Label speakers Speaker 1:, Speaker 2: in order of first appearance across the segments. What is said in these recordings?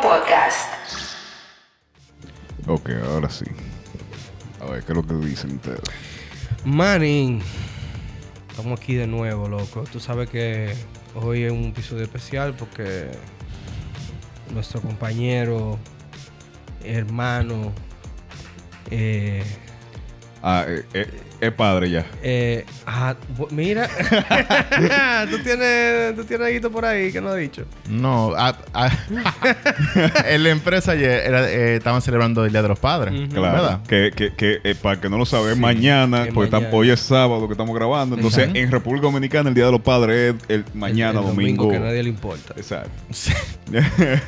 Speaker 1: Podcast.
Speaker 2: Ok, ahora sí. A ver, ¿qué es lo que dicen ustedes?
Speaker 3: Manning, estamos aquí de nuevo, loco. Tú sabes que hoy es un episodio especial porque nuestro compañero, hermano, eh,
Speaker 2: Ah, es padre ya.
Speaker 3: eh, ah, bu- mira, tú tienes, tú tienes algo por ahí que no he dicho.
Speaker 4: No, a- a- en la empresa ayer era- eh, estaban celebrando el Día de los Padres.
Speaker 2: Claro.
Speaker 4: Mm, ¿Verdad?
Speaker 2: Que, que, que eh, para que no lo sabe, mañana,
Speaker 3: que
Speaker 2: porque tam-
Speaker 3: mañana.
Speaker 2: hoy es sábado que estamos grabando. Entonces,
Speaker 4: Exacto.
Speaker 2: en República Dominicana, el Día de los Padres es el, mañana,
Speaker 3: El- el
Speaker 2: domingo.
Speaker 3: que a nadie le importa.
Speaker 2: Exacto.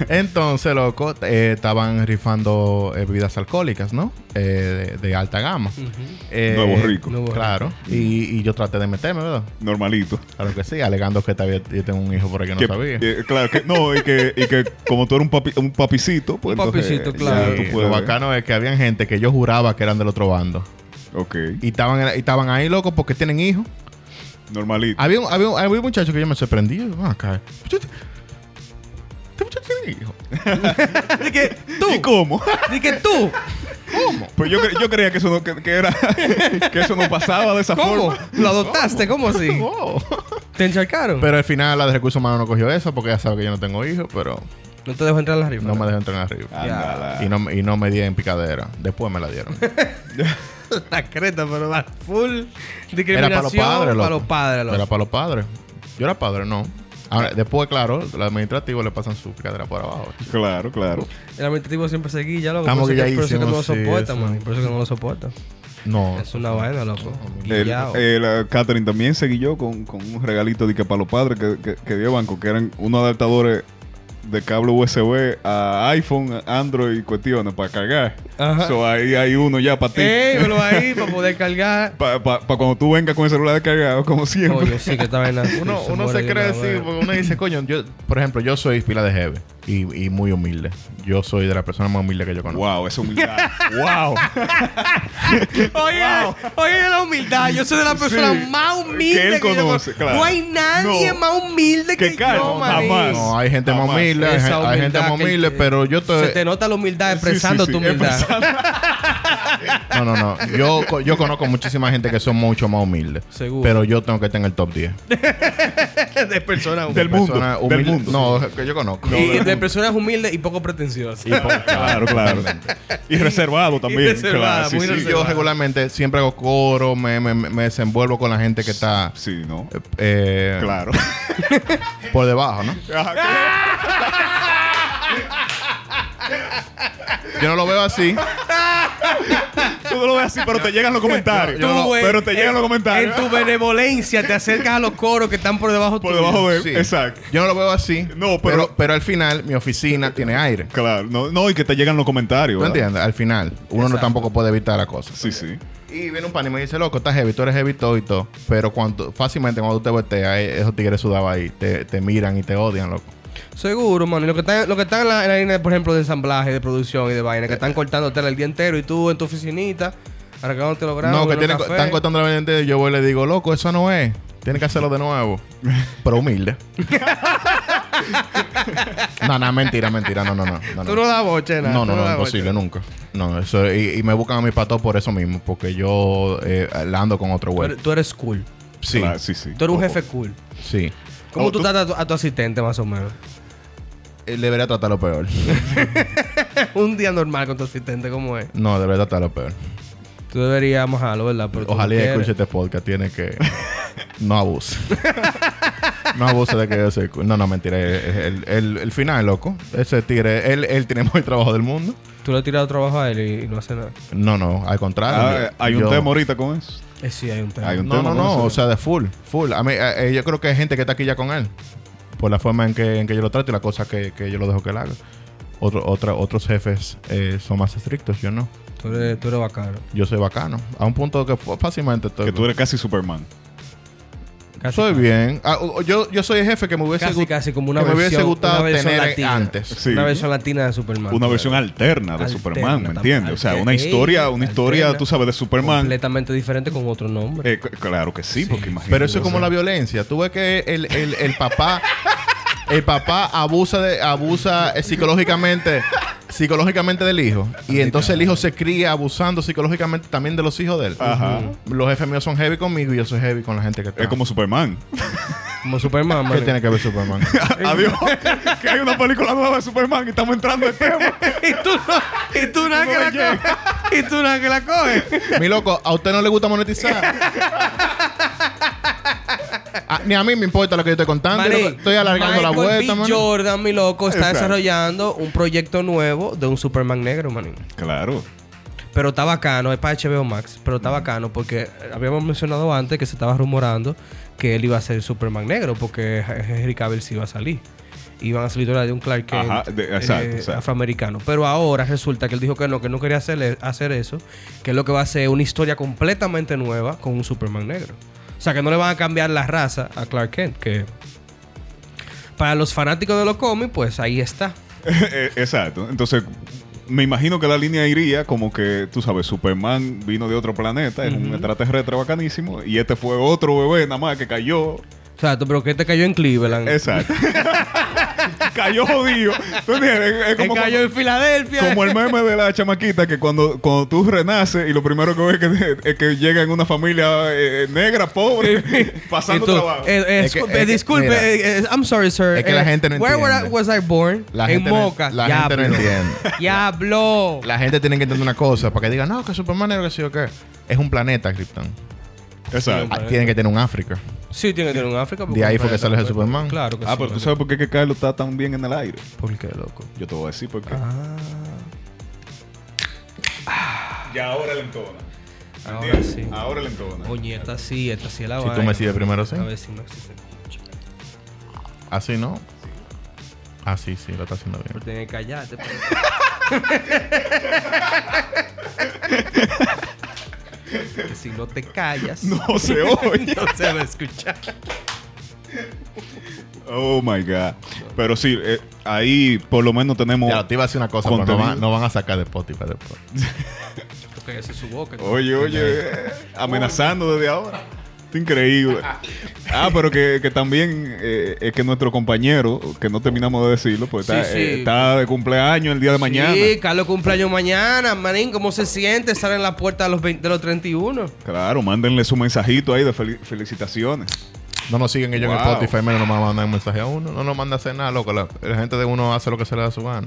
Speaker 4: Entonces, loco, eh, estaban rifando eh, bebidas alcohólicas, ¿no? Eh, de, de alta gama.
Speaker 3: Ujú.
Speaker 4: Eh,
Speaker 2: Nuevo rico.
Speaker 3: Nuevo
Speaker 4: Claro. Y, y yo traté de meterme, ¿verdad?
Speaker 2: Normalito.
Speaker 4: Claro que sí, alegando que todavía yo tengo un hijo por ahí que no
Speaker 2: Que-
Speaker 4: sabía.
Speaker 2: eh, claro que no, y que, y que como tú eres un, papi- un papicito, pues.
Speaker 3: Un
Speaker 2: entonces,
Speaker 3: papicito,
Speaker 2: ya
Speaker 3: claro.
Speaker 2: tú
Speaker 4: Y lo
Speaker 2: puedes.
Speaker 4: bacano es que habían gente que yo juraba que eran del otro bando.
Speaker 2: Ok.
Speaker 4: Y estaban, y estaban ahí, loco, porque tienen hijos.
Speaker 2: Normalito.
Speaker 4: Había un, había, un, había un muchacho que yo me sorprendí. Yo, "Ah, caray, muchacho, Este muchacho tiene hijos.
Speaker 3: Di que
Speaker 2: ¿Y
Speaker 3: tú,
Speaker 2: cómo?
Speaker 3: di que tú,
Speaker 2: Pues yo, cre- yo creía que eso no, que, que era, que eso no pasaba de esa
Speaker 3: ¿cómo?
Speaker 2: forma.
Speaker 3: ¿Lo adoptaste? ¿Cómo así?
Speaker 4: Wow.
Speaker 3: ¿Te encharcaron?
Speaker 4: Pero al final la de recursos humanos no cogió eso porque ya sabe que yo no tengo hijos, pero
Speaker 3: No te dejo entrar a la rifa.
Speaker 4: no me dejó entrar arriba.
Speaker 2: Ándala.
Speaker 4: Y no, y no me di en picadera. Después me la dieron.
Speaker 3: La creta, pero va full
Speaker 4: Era
Speaker 3: discriminación
Speaker 4: para los padres, loco.
Speaker 3: Para los padres, loco.
Speaker 4: Era para los padres. Yo era padre, no. Ahora, después, claro, los administrativos le pasan su picadera por abajo.
Speaker 2: Claro, claro.
Speaker 3: El administrativo siempre se guilla, loco.
Speaker 4: Estamos
Speaker 3: por eso que- Por eso que no lo
Speaker 4: guilladísimos, sí,
Speaker 3: soporta,
Speaker 4: eso.
Speaker 3: man. Por eso que no lo soporta.
Speaker 4: No.
Speaker 3: Es una vaina, loco.
Speaker 2: El,
Speaker 3: Guillao.
Speaker 2: el, eh, Catherine también seguí yo con, con un regalito de que para los padres que, que, que dio banco, que eran unos adaptadores de cable USB a iPhone, a Android y cuestiones para cargar.
Speaker 3: Ajá. Eh.
Speaker 2: So, ahí hay uno ya para ti.
Speaker 3: Ey, velo ahí para poder cargar.
Speaker 2: Para cuando tú vengas con el celular descargado, como siempre.
Speaker 3: Coño, sí, que esta vaina.
Speaker 4: Uno, uno se
Speaker 3: muere de
Speaker 4: cree
Speaker 3: una
Speaker 4: decir,
Speaker 3: vez.
Speaker 4: porque uno dice, coño, yo, por ejemplo, yo soy pila de jefe y, y muy humilde. Yo soy de la persona más humilde que yo conozco.
Speaker 2: Wow, esa humildad. wow.
Speaker 3: Oye, oye la humildad. Yo soy de la persona
Speaker 2: Sí,
Speaker 3: más humilde
Speaker 2: que él
Speaker 3: yo conozco.
Speaker 2: conoce, claro.
Speaker 3: No hay nadie
Speaker 2: No.
Speaker 3: más humilde que,
Speaker 2: Que Carlos,
Speaker 3: yo, manín.
Speaker 2: jamás.
Speaker 4: No, hay gente más
Speaker 2: Jamás.
Speaker 4: humilde, hay,
Speaker 3: Esa
Speaker 4: gen- hay gente
Speaker 3: humildad
Speaker 4: más
Speaker 3: que-
Speaker 4: humilde, pero yo
Speaker 3: Se te
Speaker 4: te...
Speaker 3: nota la
Speaker 2: Sí,
Speaker 3: humildad
Speaker 2: sí,
Speaker 3: expresando
Speaker 2: sí,
Speaker 3: tu humildad.
Speaker 2: expresando.
Speaker 4: No, no, no. Yo, co- yo conozco muchísima gente que son mucho más humildes.
Speaker 3: Seguro.
Speaker 4: Pero yo tengo que estar en el top 10.
Speaker 3: de persona humilde.
Speaker 2: Del mundo.
Speaker 4: Personas
Speaker 2: Del
Speaker 4: humildes-
Speaker 2: mundo.
Speaker 4: No, que yo conozco.
Speaker 2: No,
Speaker 3: y
Speaker 2: del
Speaker 3: de
Speaker 2: mundo.
Speaker 3: personas humildes y poco pretenciosas.
Speaker 4: Y po-
Speaker 2: Claro, claro. Y reservado también.
Speaker 3: reservado,
Speaker 2: claro, sí,
Speaker 3: muy
Speaker 2: sí.
Speaker 4: Y yo regularmente siempre hago coro, me, me- me desenvuelvo con la gente que está
Speaker 2: Sí, ¿no?
Speaker 4: eh,
Speaker 2: Claro.
Speaker 4: por debajo, ¿no? Yo no lo veo así.
Speaker 2: Tú no lo ves así, pero te llegan los comentarios.
Speaker 3: Tú, güey,
Speaker 2: pero te llegan
Speaker 3: en-
Speaker 2: los comentarios.
Speaker 3: En tu benevolencia te acercas a los coros que están por debajo
Speaker 2: Por
Speaker 3: tuyo.
Speaker 2: debajo de él.
Speaker 4: Sí.
Speaker 2: Exacto.
Speaker 4: Yo no lo veo así.
Speaker 2: No, pero-
Speaker 4: pero al final mi oficina tiene aire.
Speaker 2: Claro. No, no, y que te llegan los comentarios.
Speaker 4: ¿Tú
Speaker 2: ¿verdad?
Speaker 4: entiendes? Al final, uno no
Speaker 3: Exacto.
Speaker 4: tampoco puede evitar la cosa.
Speaker 2: Sí, sí.
Speaker 4: Y viene un pan y me dice, loco, estás heavy, tú eres heavy todo y todo. Pero cuando, fácilmente cuando tú te volteas, eh, esos tigres sudados ahí, te, te miran y te odian, loco.
Speaker 3: Seguro, mano. Y los que están, los que están en, la, en la línea, por ejemplo, de ensamblaje, de producción y de vaina, que están cortando tela el día entero y tú en tu oficinita, arreglándote los granos.
Speaker 4: no, que
Speaker 3: los
Speaker 4: tienen,
Speaker 3: cafés.
Speaker 4: están cortando la vida entera y yo voy y le digo, loco, eso no es. Tienen que hacerlo de nuevo. Pero humilde. no, no, mentira, mentira. No, no, no. no,
Speaker 3: Tú no das boche, nada.
Speaker 4: No,
Speaker 3: tú
Speaker 4: no, no,
Speaker 3: das
Speaker 4: imposible,
Speaker 3: boche.
Speaker 4: nunca. No, eso, y, y me buscan a mi pato por eso mismo, porque yo eh, la ando con otro
Speaker 3: Tú
Speaker 4: güey.
Speaker 3: eres, tú eres cool.
Speaker 4: Sí,
Speaker 2: Claro, sí, sí.
Speaker 3: Tú eres un jefe cool.
Speaker 4: sí.
Speaker 3: ¿Cómo
Speaker 2: Oh,
Speaker 3: tú,
Speaker 2: tú-
Speaker 3: tratas a tu, a tu asistente, más o menos?
Speaker 4: Él Eh, debería tratarlo peor.
Speaker 3: un día normal con tu asistente, ¿cómo es?
Speaker 4: No, debería tratarlo peor.
Speaker 3: Tú deberías majarlo, ¿verdad? Pero tú
Speaker 4: Ojalá
Speaker 3: no
Speaker 4: y
Speaker 3: quieres.
Speaker 4: escuche este podcast, tiene que... No abuse. no abuse de que yo soy... cu- No, no, mentira. El, el- el- el final, loco. Ese tigre, él, él tiene más trabajo del mundo.
Speaker 3: Tú le has tirado trabajo a él y, y no hace nada.
Speaker 4: No, no, al contrario.
Speaker 2: Ah, hay un
Speaker 4: Yo-
Speaker 2: tema ahorita con eso.
Speaker 3: Eh, sí, hay un tema.
Speaker 2: Hay un-
Speaker 4: No,
Speaker 2: tema
Speaker 4: no,
Speaker 2: con
Speaker 4: no,
Speaker 2: eso.
Speaker 4: o sea, de full, full. A mí, eh, eh, yo creo que hay gente que está aquí ya con él. Por la forma en que, en que yo lo trato y la cosa que, que yo lo dejo que él haga. Otro, otra, otros jefes eh, son más estrictos, yo no.
Speaker 3: Tú eres, tú eres bacano.
Speaker 4: Yo soy bacano. A un punto que fu- fácilmente estoy.
Speaker 2: Que tú eres casi Superman.
Speaker 3: Casi
Speaker 4: soy
Speaker 3: como-
Speaker 4: bien. Ah, o- o- yo, yo soy el jefe que me hubiese,
Speaker 3: Casi,
Speaker 4: gu-
Speaker 3: casi como una
Speaker 4: que me
Speaker 3: versión-
Speaker 4: hubiese gustado
Speaker 3: una versión
Speaker 4: tener
Speaker 3: latina.
Speaker 4: antes.
Speaker 2: Sí.
Speaker 3: Una versión latina de Superman.
Speaker 2: Una versión alterna de
Speaker 3: Alterna,
Speaker 2: Superman, ¿me
Speaker 3: tam-
Speaker 2: entiendes? O sea, una
Speaker 3: alterna,
Speaker 2: historia, una historia,
Speaker 3: alterna.
Speaker 2: tú sabes, de Superman.
Speaker 3: Completamente diferente con otro
Speaker 4: Eh.
Speaker 3: nombre.
Speaker 2: Eh, c- claro que sí, porque imagínate.
Speaker 4: Pero eso es como
Speaker 2: o sea,
Speaker 4: la violencia. Tú ves que el, el- el papá. el papá abusa de abusa eh, psicológicamente psicológicamente del hijo y entonces el hijo se cría abusando psicológicamente también de los hijos de él.
Speaker 2: Ajá.
Speaker 4: Los jefes míos son heavy conmigo y yo soy heavy con la gente que está.
Speaker 2: Es como Superman.
Speaker 3: Como Superman,
Speaker 4: ¿Qué
Speaker 3: man.
Speaker 4: tiene que ver Superman?
Speaker 2: Adiós. que hay una película nueva de Superman y estamos entrando en tema.
Speaker 3: Y tú no, y tú nada que la coges. Y tú nada que la coges.
Speaker 4: Mi loco, a usted no le gusta monetizar. Ah, ni a mí me importa lo que yo estoy contando. yo lo que- estoy alargando la
Speaker 3: Michael
Speaker 4: vuelta,
Speaker 3: B.
Speaker 4: mano.
Speaker 3: Jordan, mi loco, está
Speaker 2: Exacto.
Speaker 3: desarrollando un proyecto nuevo de un Superman negro, manín.
Speaker 2: Claro.
Speaker 3: Pero está bacano, es para HBO Max, pero está bacano porque habíamos mencionado antes que se estaba rumorando que él iba a ser Superman negro porque Henry Cavill sí iba a salir. Iban a salir ahora de un Clark Kent eh,
Speaker 2: Ajá, de- exacto, exacto.
Speaker 3: afroamericano. Pero ahora resulta que él dijo que no, que no quería hacer, hacer eso, que es lo que va a ser una historia completamente nueva con un Superman negro. O sea, que no le van a cambiar la raza a Clark Kent, que para los fanáticos de los cómics, pues ahí está.
Speaker 2: Eh, Exacto. Entonces, me imagino que la línea iría como que, tú sabes, Superman vino de otro planeta, es un extraterrestre bacanísimo, y este fue otro bebé nada más que cayó.
Speaker 3: O sea, pero que te cayó en Cleveland.
Speaker 2: Exacto. cayó jodido. ¿Tú entiendes? Es- es
Speaker 3: Te
Speaker 2: como,
Speaker 3: cayó en Filadelfia.
Speaker 2: como el meme de la chamaquita que cuando, cuando tú renaces y lo primero que ves que te- es que llega en una familia eh, negra, pobre, pasando
Speaker 3: Y tú,
Speaker 2: trabajo.
Speaker 3: eh, eh,
Speaker 4: Es que-
Speaker 3: disculpe,
Speaker 4: es que-
Speaker 3: disculpe,
Speaker 4: mira.
Speaker 3: eh, eh, I'm sorry, sir.
Speaker 4: Es que la
Speaker 3: Eh,
Speaker 4: gente no
Speaker 3: where
Speaker 4: entiende.
Speaker 3: were I- was I born?
Speaker 4: La
Speaker 3: en
Speaker 4: gente no-
Speaker 3: Moca.
Speaker 4: la gente no
Speaker 3: Diablo.
Speaker 4: entiende.
Speaker 3: Diablo.
Speaker 4: La gente tiene que entender una cosa para que digan, no, que Superman es lo que sí o qué. Es un planeta, Krypton.
Speaker 2: Exacto.
Speaker 4: Ah, tienen que tener un África.
Speaker 3: Sí, tiene que tener un África.
Speaker 4: De ahí fue que sale
Speaker 3: el
Speaker 4: el Superman.
Speaker 3: Claro que
Speaker 2: Ah,
Speaker 3: sí,
Speaker 2: pero tú
Speaker 3: vale.
Speaker 2: sabes por qué que Carlos está tan bien en el aire.
Speaker 3: ¿Por qué, loco?
Speaker 2: Yo te voy a decir por qué.
Speaker 3: Ah,
Speaker 2: Ah. Ya ahora le entona.
Speaker 3: Ahora
Speaker 2: ¿Entiendes?
Speaker 3: sí.
Speaker 2: Ahora le entona.
Speaker 3: oye, esta sí, esta sí es la
Speaker 4: Si tú
Speaker 3: vaina.
Speaker 4: me sigues primero, sí.
Speaker 3: A ver si no si se escucha.
Speaker 4: Así no. Así sí, lo está haciendo
Speaker 3: Pero tenés
Speaker 4: bien.
Speaker 3: que callarte. pues. que si no te callas, no,
Speaker 2: No se oye.
Speaker 3: se va a escuchar.
Speaker 2: Oh my God. Pero sí, eh, ahí por lo menos tenemos.
Speaker 4: Ya, te iba a decir una cosa, pero no
Speaker 2: Contenido.
Speaker 4: van, no van a sacar de Spotify después.
Speaker 3: Porque esa es su boca.
Speaker 2: Oye, oye, eh, amenazando desde ahora. Está Increíble. Ah, pero que, que también eh, es que nuestro compañero, que no terminamos de decirlo, pues está,
Speaker 3: Sí, sí.
Speaker 2: eh, está de cumpleaños el día de mañana.
Speaker 3: Sí, Carlos cumpleañños mañana, manín. ¿Cómo se siente estar en la puerta de los, 20 de los 31?
Speaker 2: Claro, mándenle su mensajito ahí de fel- felicitaciones.
Speaker 4: No nos siguen ellos en
Speaker 2: Wow.
Speaker 4: Spotify, menos nos mandan un mensaje a uno. No nos manda a hacer nada, loco. La, la gente de uno hace lo que se le da su gana.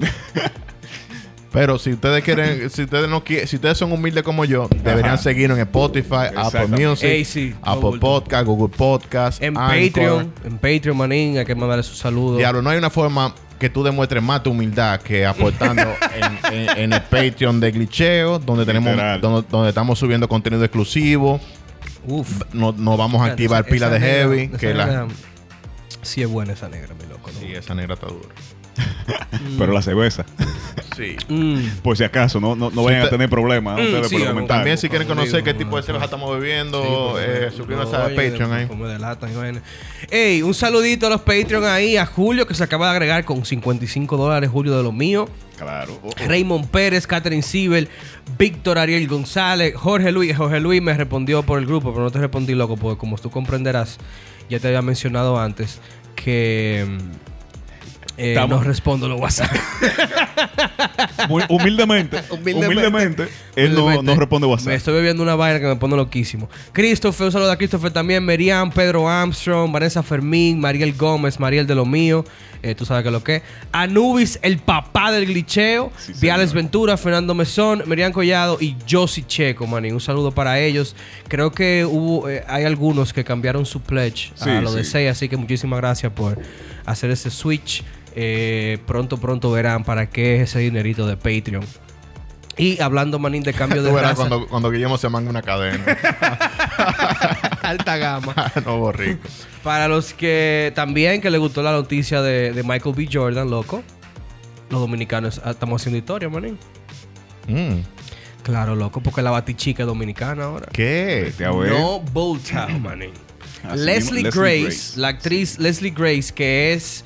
Speaker 4: Pero si ustedes quieren, si ustedes no qui- si ustedes son humildes como yo, deberían seguirnos en Spotify, Apple
Speaker 2: Exactamente.
Speaker 4: Music,
Speaker 3: Ey, sí, no
Speaker 4: Apple
Speaker 3: bulto.
Speaker 4: Podcast, Google Podcast,
Speaker 3: En
Speaker 4: Anchor.
Speaker 3: Patreon, en Patreon, manín, hay que mandarle sus saludos.
Speaker 4: Diablo, no hay una forma que tú demuestres más tu humildad que aportando en, en- en el Patreon de Glitcheo, donde tenemos
Speaker 2: Literal.
Speaker 4: donde, donde estamos subiendo contenido exclusivo.
Speaker 3: Uf.
Speaker 4: No, no vamos a activar
Speaker 3: Esa-
Speaker 4: pila
Speaker 3: esa
Speaker 4: de
Speaker 3: negra-
Speaker 4: heavy.
Speaker 3: esa
Speaker 4: que la-
Speaker 3: negra- Sí es buena esa negra, mi loco. ¿no?
Speaker 4: Sí, esa negra está dura.
Speaker 2: Pero la cerveza,
Speaker 4: Sí.
Speaker 3: Mm.
Speaker 2: por si acaso, no, no, no vayan a
Speaker 4: usted-
Speaker 2: tener problemas.
Speaker 3: Mm,
Speaker 2: ustedes
Speaker 3: sí,
Speaker 2: por los
Speaker 3: algo.
Speaker 2: comentarios.
Speaker 4: También si quieren conocer qué
Speaker 3: Conmigo,
Speaker 4: tipo de
Speaker 3: ¿no?
Speaker 4: cerveza estamos
Speaker 3: Sí,
Speaker 4: bebiendo,
Speaker 3: porque
Speaker 4: eh,
Speaker 3: me-
Speaker 4: suscríbanse
Speaker 3: no,
Speaker 4: a
Speaker 3: oye,
Speaker 4: Patreon eh. ahí.
Speaker 3: como delatan, y vaina. Ey, un saludito a los Patreon ahí, a Julio que se acaba de agregar con 55 dólares, Julio de lo mío.
Speaker 2: Claro. Oh, oh.
Speaker 3: Raymond Pérez, Catherine Siebel, Víctor Ariel González, Jorge Luis. Jorge Luis me respondió por el grupo, pero no te respondí, loco, porque como tú comprenderás, ya te había mencionado antes que mm, eh,
Speaker 2: Estamos-
Speaker 3: no respondo los WhatsApp.
Speaker 2: Muy humildemente,
Speaker 3: Humildemente.
Speaker 2: humildemente, él no, no responde
Speaker 3: Me
Speaker 2: WhatsApp.
Speaker 3: estoy bebiendo una vaina que me pone loquísimo. Christopher, un saludo a Christopher también. Merian, Pedro Armstrong, Vanessa Fermín, Mariel Gómez, Mariel de lo mío. eh, tú sabes que lo que es. Anubis, el papá del glitcheo.
Speaker 2: Sí,
Speaker 3: Viales
Speaker 2: señor.
Speaker 3: Ventura, Fernando Mesón, Merian Collado y Josie Checo, manín. Un saludo para ellos. Creo que hubo, eh, hay algunos que cambiaron su pledge
Speaker 2: Sí,
Speaker 3: a lo
Speaker 2: sí.
Speaker 3: de 6, así que muchísimas gracias por hacer ese switch. Eh, pronto, pronto verán para qué es ese dinerito de Patreon. Y hablando, manín, de cambio de
Speaker 4: Tú verás
Speaker 3: raza.
Speaker 4: cuando, cuando Guillermo se manga una cadena.
Speaker 3: alta gama.
Speaker 4: no, borrico.
Speaker 3: Para los que también que les gustó la noticia de, de Michael B. Jordan, loco. Los dominicanos ah, estamos haciendo historia, manín.
Speaker 4: Mm,
Speaker 3: Claro, loco, porque la batichica es dominicana ahora.
Speaker 4: ¿Qué?
Speaker 2: Vete
Speaker 3: Este
Speaker 2: a ver.
Speaker 3: No Bolta, manín.
Speaker 4: Ah,
Speaker 2: Así mismo, Leslie
Speaker 3: Leslie, Grace,
Speaker 2: Grace.
Speaker 3: la actriz Leslie Grace, que es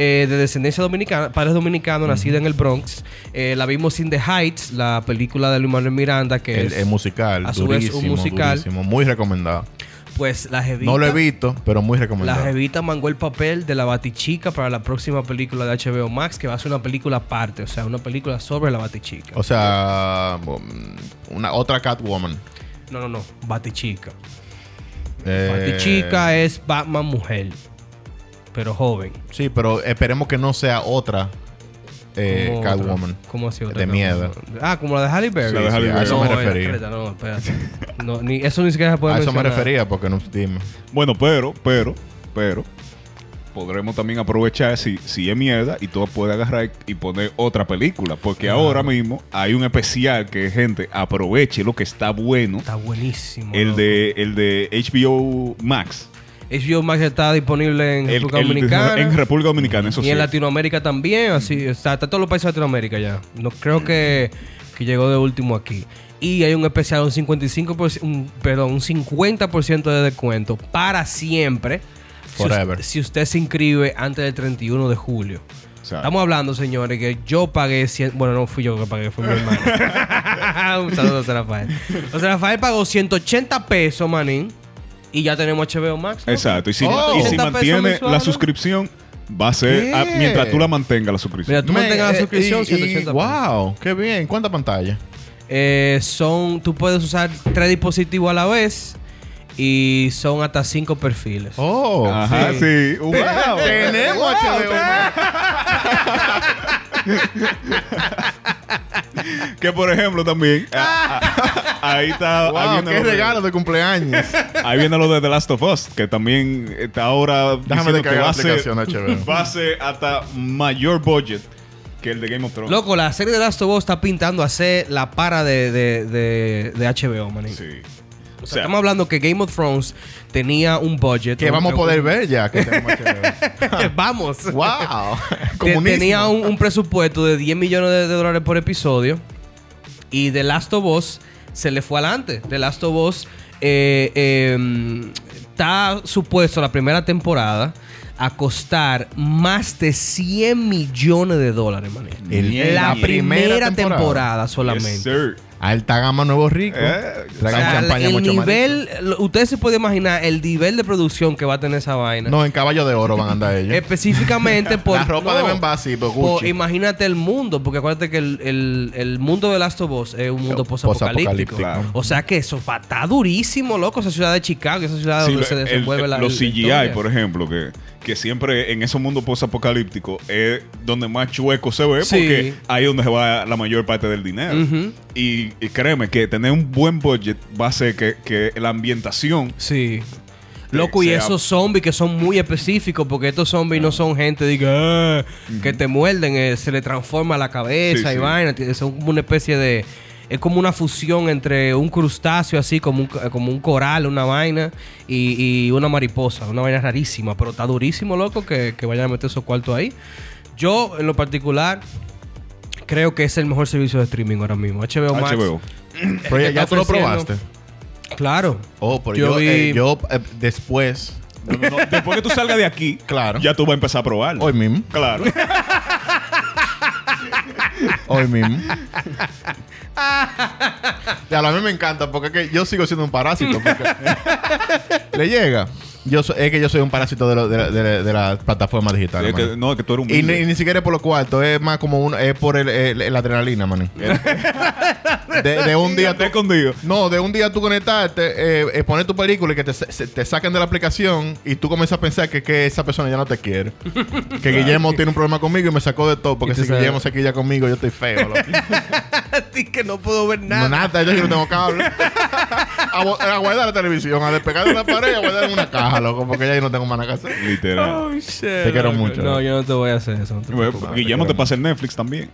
Speaker 3: eh, de descendencia dominicana, padres dominicanos, nacida en el Bronx. Eh, la vimos in The Heights, la película de Luis Manuel Miranda, que
Speaker 4: El,
Speaker 3: es
Speaker 4: el musical,
Speaker 3: a su vez, un
Speaker 4: durísimo,
Speaker 3: musical.
Speaker 4: durísimo, muy recomendado.
Speaker 3: Pues la jevita.
Speaker 4: No lo he visto, pero muy
Speaker 3: La
Speaker 4: recomendado.
Speaker 3: jevita mangó el papel de la Batichica para la próxima película de HBO Max, que va a ser una película aparte, o sea, una película sobre la Batichica.
Speaker 4: O sea, um, una otra Catwoman.
Speaker 3: No, no, no, Batichica.
Speaker 4: Eh,
Speaker 3: Batichica es Batman mujer, pero joven.
Speaker 4: Sí, pero esperemos que no sea otra eh,
Speaker 3: Como
Speaker 4: Catwoman.
Speaker 3: otra- ¿Cómo así otra
Speaker 4: De miedo.
Speaker 3: Catwoman? Ah, como la de Halle Berry.
Speaker 2: Sí, La de sí, Halle
Speaker 4: a Berry. eso me
Speaker 3: No,
Speaker 4: refería.
Speaker 3: espérate, no, espérate. No, ni- eso ni siquiera se puede
Speaker 4: A eso me
Speaker 3: mencionar.
Speaker 4: refería, porque no dime.
Speaker 2: Bueno, pero, pero, pero. Podremos también aprovechar si, si es mierda y todo puede agarrar y poner otra película. Porque ahora mismo hay un especial que, gente, aproveche lo que está bueno.
Speaker 3: Está buenísimo.
Speaker 2: El
Speaker 3: loco.
Speaker 2: de, el de HBO Max.
Speaker 3: HBO Max está disponible en
Speaker 2: El-
Speaker 3: República
Speaker 2: el de-
Speaker 3: Dominicana.
Speaker 2: en República Dominicana, eso
Speaker 3: y
Speaker 2: sí.
Speaker 3: en Latinoamérica también, así, o sea, está en todos los países de Latinoamérica ya. No creo que, que llegó de último aquí. Y hay un especial, un 55%, un- perdón, un 50% de descuento para siempre. si us-
Speaker 4: Forever.
Speaker 3: Si, usted se inscribe antes del 31 de julio.
Speaker 2: O sea,
Speaker 3: Estamos hablando, señores, que yo pagué 100... Bueno, no fui yo que pagué, fue mi hermano. un saludo a José Rafael. José Rafael pagó 180 pesos, manín. Y ya tenemos HBO Max. ¿no?
Speaker 2: Exacto. Y si,
Speaker 4: Oh.
Speaker 2: y si
Speaker 3: 80 pesos
Speaker 2: mantiene
Speaker 3: mensuales.
Speaker 2: la suscripción, va a ser ah,
Speaker 4: ¿Qué?
Speaker 2: mientras tú la mantengas la suscripción.
Speaker 3: Mira, tú eh, mantengas la suscripción, 180 pesos.
Speaker 4: Wow, qué bien. ¿Cuánta pantalla?
Speaker 3: Eh, son, tú puedes usar tres dispositivos a la vez y son hasta cinco perfiles.
Speaker 4: Oh,
Speaker 2: Ajá, sí.
Speaker 4: sí.
Speaker 2: Wow.
Speaker 4: Tenemos HBO Max.
Speaker 2: Que por ejemplo también. ah, ah, ahí está. ahí,
Speaker 4: Wow,
Speaker 2: viene
Speaker 4: qué
Speaker 2: lo de-
Speaker 4: regalo de cumpleaños.
Speaker 2: ahí viene lo de The Last of Us, que también está ahora. diciendo
Speaker 4: Déjame descargar
Speaker 2: va
Speaker 4: la
Speaker 2: a ser-
Speaker 4: aplicación HBO.
Speaker 2: Va a ser hasta mayor budget que el de Game of Thrones.
Speaker 3: Loco, la serie de Last of Us está pintando a ser la para de, de- de- de HBO, manín.
Speaker 2: Sí.
Speaker 3: O sea, estamos hablando que Game of Thrones tenía un budget.
Speaker 4: Que
Speaker 3: un-
Speaker 4: vamos a
Speaker 3: un-
Speaker 4: poder ver ya que tenemos HBO.
Speaker 3: vamos.
Speaker 4: Wow.
Speaker 3: Te-
Speaker 4: Comunismo.
Speaker 3: tenía un, un presupuesto de 10 millones de, de dólares por episodio. Y The Last of Us se le fue adelante. The Last of Us eh, eh, está supuesto la primera temporada a costar más de 100 millones de dólares, mané.
Speaker 4: El-
Speaker 3: La, primera,
Speaker 4: la primera
Speaker 3: temporada,
Speaker 4: temporada.
Speaker 3: solamente.
Speaker 2: Yes, sir.
Speaker 4: Alta gama Nuevo Rico.
Speaker 2: Eh,
Speaker 3: O
Speaker 4: Tragan
Speaker 3: sea,
Speaker 4: champaña
Speaker 3: el
Speaker 4: mucho malito.
Speaker 3: nivel, lo- ustedes se pueden imaginar el nivel de producción que va a tener esa vaina.
Speaker 4: No, en caballo de oro van a andar
Speaker 3: Eh,
Speaker 4: ellos.
Speaker 3: Específicamente por.
Speaker 4: la ropa
Speaker 3: no.
Speaker 4: de Ben Bassi, pero
Speaker 3: Por-
Speaker 4: Gucci.
Speaker 3: imagínate el mundo, porque acuérdate que el, el- el mundo de Last of Us es un mundo
Speaker 4: No,
Speaker 3: posapocalíptico.
Speaker 4: posapocalíptico.
Speaker 2: Claro.
Speaker 3: O sea que eso pa- está durísimo, loco. Esa ciudad de Chicago, esa ciudad
Speaker 2: Sí,
Speaker 3: donde se
Speaker 2: el-
Speaker 3: desenvuelve
Speaker 2: el-
Speaker 3: la.
Speaker 2: los
Speaker 3: la
Speaker 2: CGI,
Speaker 3: historia.
Speaker 2: por ejemplo, que, que siempre en esos mundos post-apocalípticos es donde más chueco se ve
Speaker 3: Sí.
Speaker 2: porque ahí es donde se va la mayor parte del dinero.
Speaker 3: Ujú.
Speaker 2: y, y créeme que tener un buen budget va a hacer que, que la ambientación
Speaker 3: Sí. Loco, y
Speaker 2: sea-
Speaker 3: esos zombies que son muy específicos, porque estos zombies no son gente diga, "Ah", que te muerden, eh, se le transforma la cabeza
Speaker 2: Sí,
Speaker 3: y
Speaker 2: sí.
Speaker 3: vaina. t- Son como una especie de. Es como una fusión entre un crustáceo así, como un, c- como un coral, una vaina, y, y una mariposa. Una vaina rarísima, pero está durísimo, loco, que, que vayan a meter esos cuartos ahí. Yo, en lo particular, creo que es el mejor servicio de streaming ahora mismo. HBO Max.
Speaker 2: HBO.
Speaker 4: Pero ya,
Speaker 3: que
Speaker 4: ya
Speaker 3: está
Speaker 4: tú lo
Speaker 3: eh, ofreciendo.
Speaker 4: probaste.
Speaker 3: Claro.
Speaker 4: Oh, pero
Speaker 3: Yo
Speaker 4: yo,
Speaker 3: vi-
Speaker 4: eh, yo, eh, después,
Speaker 2: No, no, no. Después que tú salgas de aquí,
Speaker 4: Claro.
Speaker 2: ya tú vas a empezar a probarlo.
Speaker 4: hoy mismo,
Speaker 2: Claro.
Speaker 4: hoy mismo. ya, a mí me encanta porque es que yo sigo siendo un parásito. porque- le llega. Yo so- es que yo soy un parásito de, lo- de, la- de la- de las plataformas digitales.
Speaker 2: Es que-
Speaker 4: man.
Speaker 2: no, es que tú eres un
Speaker 4: y, ni,
Speaker 2: humilde.
Speaker 4: y ni siquiera es por los cuartos, es más como uno, es por el, el- el adrenalina, man. de, de un día
Speaker 2: Está escondido.
Speaker 4: No, de un día tú conectarte, eh, eh, poner tu película y que te, sa- se- te saquen de la aplicación y tú comienzas a pensar que, que esa persona ya no te quiere. que Guillermo tiene un problema conmigo y me sacó de todo porque
Speaker 3: Y tú
Speaker 4: si
Speaker 3: sabes.
Speaker 4: Guillermo se quilla conmigo yo estoy feo. loco.
Speaker 3: que no puedo ver
Speaker 4: no, nada, yo sí no tengo cable. a, bo- a guardar la televisión, a despegar de una pared y a guardar en una caja, loco, porque ya yo no tengo más nada que hacer.
Speaker 2: Literal.
Speaker 4: Te quiero mucho.
Speaker 3: No, yo no te voy a hacer eso. no te
Speaker 2: Bueno,
Speaker 3: preocupes.
Speaker 2: Guillermo
Speaker 4: pero-
Speaker 2: te pasa el Netflix también.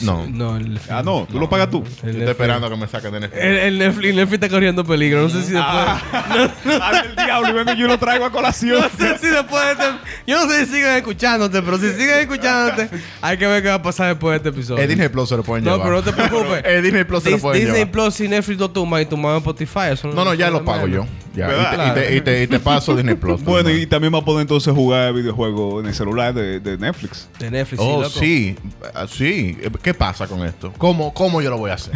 Speaker 4: No.
Speaker 3: No, el
Speaker 2: Ah, no, tú lo pagas tú.
Speaker 4: Yo
Speaker 3: El
Speaker 4: estoy
Speaker 3: Netflix.
Speaker 4: esperando a que me saquen de Netflix.
Speaker 3: El, el Netflix, el Netflix está corriendo peligro. No sé si después.
Speaker 4: Ah.
Speaker 2: Haz el diablo y vengo y yo lo traigo a colación.
Speaker 3: No sé si después de este- Yo no sé si siguen escuchándote, pero si siguen escuchándote, hay que ver qué va a pasar después de este episodio.
Speaker 4: El Eh, Disney Plus se lo pueden
Speaker 3: No,
Speaker 4: llevar.
Speaker 3: pero no te preocupes.
Speaker 4: El Disney Plus se lo
Speaker 3: Dis-
Speaker 4: pueden
Speaker 3: Disney
Speaker 4: llevar.
Speaker 3: Plus y Netflix lo tuman y tu en Spotify. eso
Speaker 4: No, no, ya
Speaker 3: eso
Speaker 4: lo
Speaker 3: es
Speaker 4: pago
Speaker 3: menos.
Speaker 4: yo. Ya,
Speaker 2: ¿Verdad?
Speaker 4: y, te, y te- y te- y te paso Disney Plus.
Speaker 2: Bueno, y
Speaker 4: hermano.
Speaker 2: también va a poder entonces jugar videojuegos en el celular de, de Netflix.
Speaker 3: De Netflix,
Speaker 4: Oh,
Speaker 3: loco.
Speaker 4: sí, Ah, sí. ¿Qué pasa con esto? ¿Cómo, cómo yo lo voy a hacer?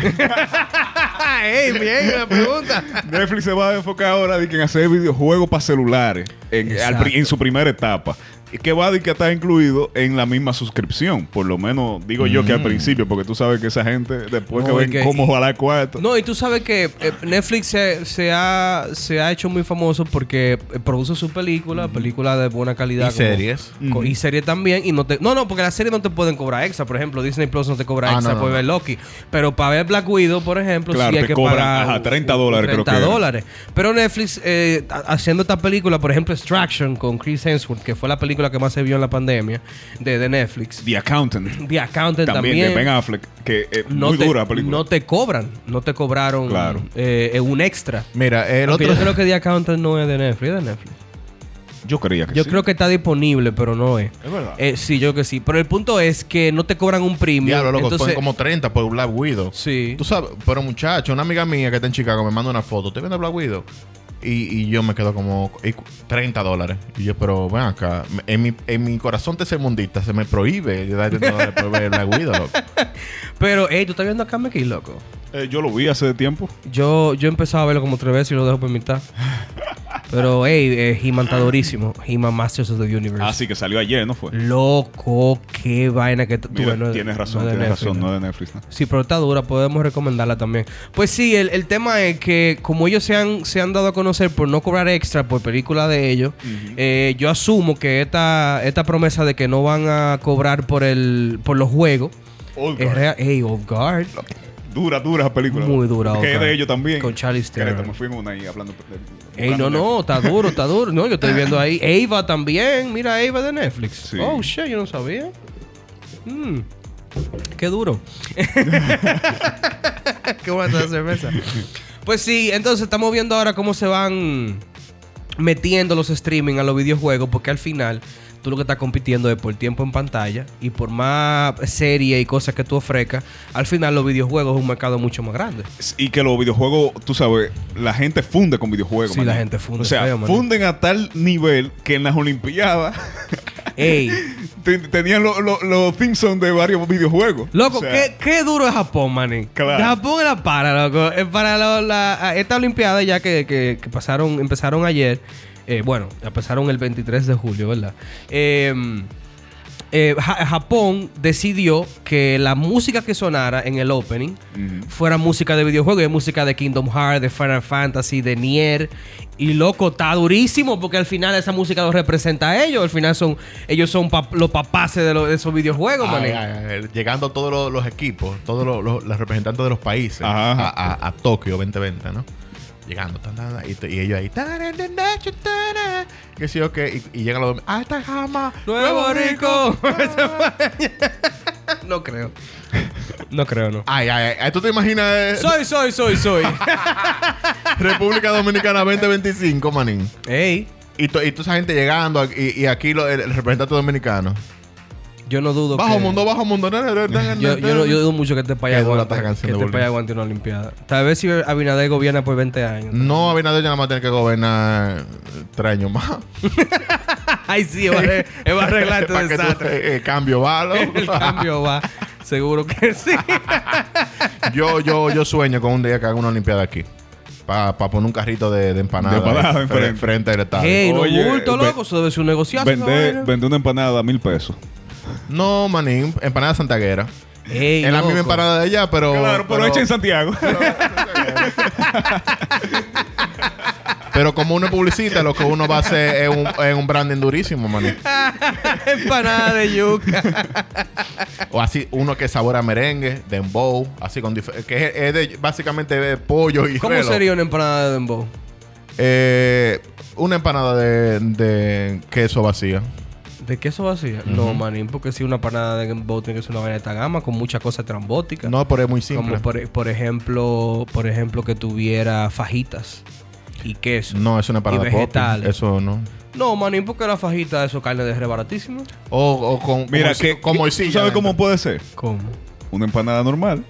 Speaker 3: Ah, ey, bien, buena pregunta.
Speaker 2: Netflix se va a enfocar ahora de que en hacer videojuegos para celulares en, al pri- en su primera etapa. Y que va a de que está incluido en la misma suscripción. Por lo menos digo yo que al principio, porque tú sabes que esa gente, después
Speaker 3: Mm. No,
Speaker 2: que
Speaker 3: y
Speaker 2: ven
Speaker 3: que-
Speaker 2: cómo jalar cuarto.
Speaker 3: No, y tú sabes que eh, Netflix se, se ha, se ha hecho muy famoso porque eh, produce sus películas, películas de buena calidad.
Speaker 4: Y series.
Speaker 3: co- Y series también. Y no, te, no, no, porque las series no te pueden cobrar extra. Por ejemplo, Disney Plus no te cobra
Speaker 4: Ah,
Speaker 3: extra
Speaker 4: no, no,
Speaker 3: por
Speaker 4: no.
Speaker 3: ver Loki. Pero para ver Black Widow, por ejemplo,
Speaker 2: Claro,
Speaker 3: sí hay
Speaker 2: te
Speaker 3: que
Speaker 2: cobran,
Speaker 3: pagar
Speaker 2: ajá, 30 dólares creo
Speaker 3: 30
Speaker 2: que era.
Speaker 3: dólares. Pero Netflix, eh, ha- haciendo esta película, por ejemplo, Extraction con Chris Hemsworth, que fue la película que más se vio en la pandemia de, de Netflix.
Speaker 2: The Accountant.
Speaker 3: The Accountant
Speaker 2: También, de Ben Affleck, que es muy
Speaker 3: te,
Speaker 2: dura la película.
Speaker 3: No te cobran, no te cobraron
Speaker 2: Claro.
Speaker 3: eh, eh, un extra.
Speaker 4: Mira, el
Speaker 3: Aunque
Speaker 4: otro.
Speaker 3: Yo creo que The Accountant no es de Netflix, es de Netflix.
Speaker 2: Yo creía que
Speaker 3: Yo
Speaker 2: sí. Ah.
Speaker 3: creo que está disponible, pero no es.
Speaker 2: Es verdad.
Speaker 3: Eh, sí, yo creo que sí. Pero el punto es que no te cobran un premium.
Speaker 4: Diablo,
Speaker 2: pues,
Speaker 4: loco,
Speaker 3: entonces,
Speaker 4: ponen como 30 por Black Widow.
Speaker 3: Sí.
Speaker 4: Tú sabes, pero muchacho, una amiga mía que está en Chicago me manda una foto. ¿Te vende Black Widow? Y, y yo me quedo como y cu- 30 dólares. Y yo, pero ven acá. En mi, en mi corazón tercermundista se me prohíbe de dar 30 dólares por ver Black Widow, loco.
Speaker 3: Pero, hey, tú estás viendo acá Meki, loco.
Speaker 2: Eh, yo lo vi hace tiempo.
Speaker 3: Yo, yo he empezado a verlo como tres veces y lo dejo por mitad. Pero, hey, eh, He-Man está durísimo. He-Man Masters of the Universe.
Speaker 2: Ah, sí, que salió ayer, ¿no fue?
Speaker 3: Loco, qué vaina que t- tú
Speaker 2: Mira,
Speaker 3: ves, no es-
Speaker 2: tienes
Speaker 3: eh, no es
Speaker 2: razón,
Speaker 3: de
Speaker 2: tienes
Speaker 3: Netflix,
Speaker 2: razón,
Speaker 3: ¿no?
Speaker 2: no de Netflix. ¿no?
Speaker 3: Sí, pero está dura, podemos recomendarla también. Pues sí, el, el tema es que como ellos se han, se han dado a conocer por no cobrar extra por película de ellos, eh, yo asumo que esta, esta promesa de que no van a cobrar por el por los juegos
Speaker 2: Old
Speaker 3: es
Speaker 2: Guard.
Speaker 3: real. Ey, Old Guard.
Speaker 2: Dura, dura esa película.
Speaker 3: Muy dura,
Speaker 2: Que
Speaker 3: Oscar.
Speaker 2: de ellos también.
Speaker 3: Con Charlize Theron.
Speaker 2: Creta, me fuimos una ahí hablando. de-
Speaker 3: Ey, no,
Speaker 2: buscando
Speaker 3: no, está duro, está duro. No, yo estoy viendo ahí. Ava también. Mira, Ava de Netflix.
Speaker 2: Sí.
Speaker 3: Oh, shit, yo no sabía. Mm, qué duro. qué buena esta cerveza. Pues sí, entonces estamos viendo ahora cómo se van metiendo los streaming a los videojuegos, porque al final tú lo que estás compitiendo es por tiempo en pantalla y por más serie y cosas que tú ofrezcas, al final los videojuegos es un mercado mucho más grande.
Speaker 2: Y que los videojuegos, tú sabes, la gente funde con videojuegos.
Speaker 3: Sí,
Speaker 2: maní.
Speaker 3: la gente funde
Speaker 2: O sea,
Speaker 3: feo, maní.
Speaker 2: funden a tal nivel que en las Olimpiadas
Speaker 3: Ey,
Speaker 2: te- tenían lo- lo- los Simpsons de varios videojuegos.
Speaker 3: Loco,
Speaker 2: O sea,
Speaker 3: qué, qué duro es Japón, maní.
Speaker 2: Claro.
Speaker 3: Japón era para, loco. Es Para lo- la, a- esta Olimpiada ya que, que- que pasaron, empezaron ayer. eh, bueno, empezaron el 23 de julio, ¿verdad? Eh, eh, Ja- Japón decidió que la música que sonara en el opening
Speaker 2: Ujú.
Speaker 3: fuera música de videojuegos. Es música de Kingdom Hearts, de Final Fantasy, de Nier. Y loco, está durísimo porque al final esa música los representa a ellos. Al final son ellos son pap- los papaces de, los- de esos videojuegos, maní.
Speaker 4: Ay, ay, ay, llegando todos los, los equipos, todos los, los- los representantes de los países
Speaker 2: Ajá, ajá.
Speaker 4: a, a- a Tokio 2020, ¿no? Llegando, tan, tan, tan, y, te- y ellos ahí. taran, tan, tan, tan, tan, Que sí, ok. Y, y llegan los. ¡Hasta jamás!
Speaker 3: ¡Nuevo rico! no creo. No creo, no.
Speaker 4: Ay, ay, ay. ¿Tú te imaginas eh,
Speaker 3: Soy, soy, soy, soy.
Speaker 4: República Dominicana 2025, manín?
Speaker 3: Ey,
Speaker 4: Y, to- y toda esa gente llegando y, y aquí lo- el, el representante dominicano.
Speaker 3: yo no dudo
Speaker 4: Bajo
Speaker 3: que-
Speaker 4: mundo, bajo mundo. na, na, na, na,
Speaker 3: Yo,
Speaker 4: na,
Speaker 3: yo, no-
Speaker 4: na.
Speaker 3: yo dudo mucho que este país
Speaker 4: Qué dura esta
Speaker 3: aguante, que
Speaker 4: canción de
Speaker 3: este
Speaker 4: Bolívar.
Speaker 3: país aguante una olimpiada. Tal vez si Abinader gobierna por 20 años.
Speaker 4: No, Abinader ya nada más tiene que gobernar eh, tres años más.
Speaker 3: Ay, sí, él va a arre- él va a arreglar este
Speaker 4: Para que tú-
Speaker 3: desastre.
Speaker 4: eh, cambio va, loco.
Speaker 3: El cambio va. Seguro que sí.
Speaker 4: yo, yo, yo sueño con un día que haga una Olimpiada aquí. Para poner un carrito de, de empanada.
Speaker 2: De empanada
Speaker 4: eh, fre-
Speaker 2: enfrente.
Speaker 4: frente al estadio.
Speaker 3: Ey, no
Speaker 2: Oye,
Speaker 3: bulto,
Speaker 2: ve-
Speaker 3: loco. Eso debe ser un negociazo. esa
Speaker 2: Vender
Speaker 3: vaina.
Speaker 2: vender una empanada a mil pesos.
Speaker 4: No, manín. Empanada santaguera.
Speaker 3: Ey,
Speaker 4: es la misma
Speaker 3: loco.
Speaker 4: empanada de allá,
Speaker 3: Oh,
Speaker 4: pero.
Speaker 2: claro, pero, hecha en Santiago.
Speaker 4: Pero como uno es publicista, lo que uno va a hacer es un, es un branding durísimo, manín.
Speaker 3: Empanada de yuca.
Speaker 4: O así, uno que sabora merengue, dembow, así con dif- que es, es de- básicamente de pollo y
Speaker 3: ¿Cómo
Speaker 4: relo.
Speaker 3: sería una empanada de dembow?
Speaker 4: Eh, una empanada de, de queso vacía.
Speaker 3: ¿De queso vacía? No, manín, porque si una panada de Gambo tiene que ser una vaina de esta gama con muchas cosas trambóticas.
Speaker 4: No, pero es muy simple.
Speaker 3: como por, por ejemplo, por ejemplo que tuviera fajitas y queso.
Speaker 4: No, es una empanada
Speaker 3: Y
Speaker 4: pop.
Speaker 3: vegetales.
Speaker 4: Eso no.
Speaker 3: No, manín, porque la fajita de esos carne de re baratísimo.
Speaker 4: O, o con
Speaker 2: Mira,
Speaker 4: como,
Speaker 2: que,
Speaker 4: si- como
Speaker 2: que-
Speaker 4: silla
Speaker 2: ¿tú sabes
Speaker 4: adentro.
Speaker 2: cómo puede ser?
Speaker 3: ¿Cómo?
Speaker 2: Una empanada normal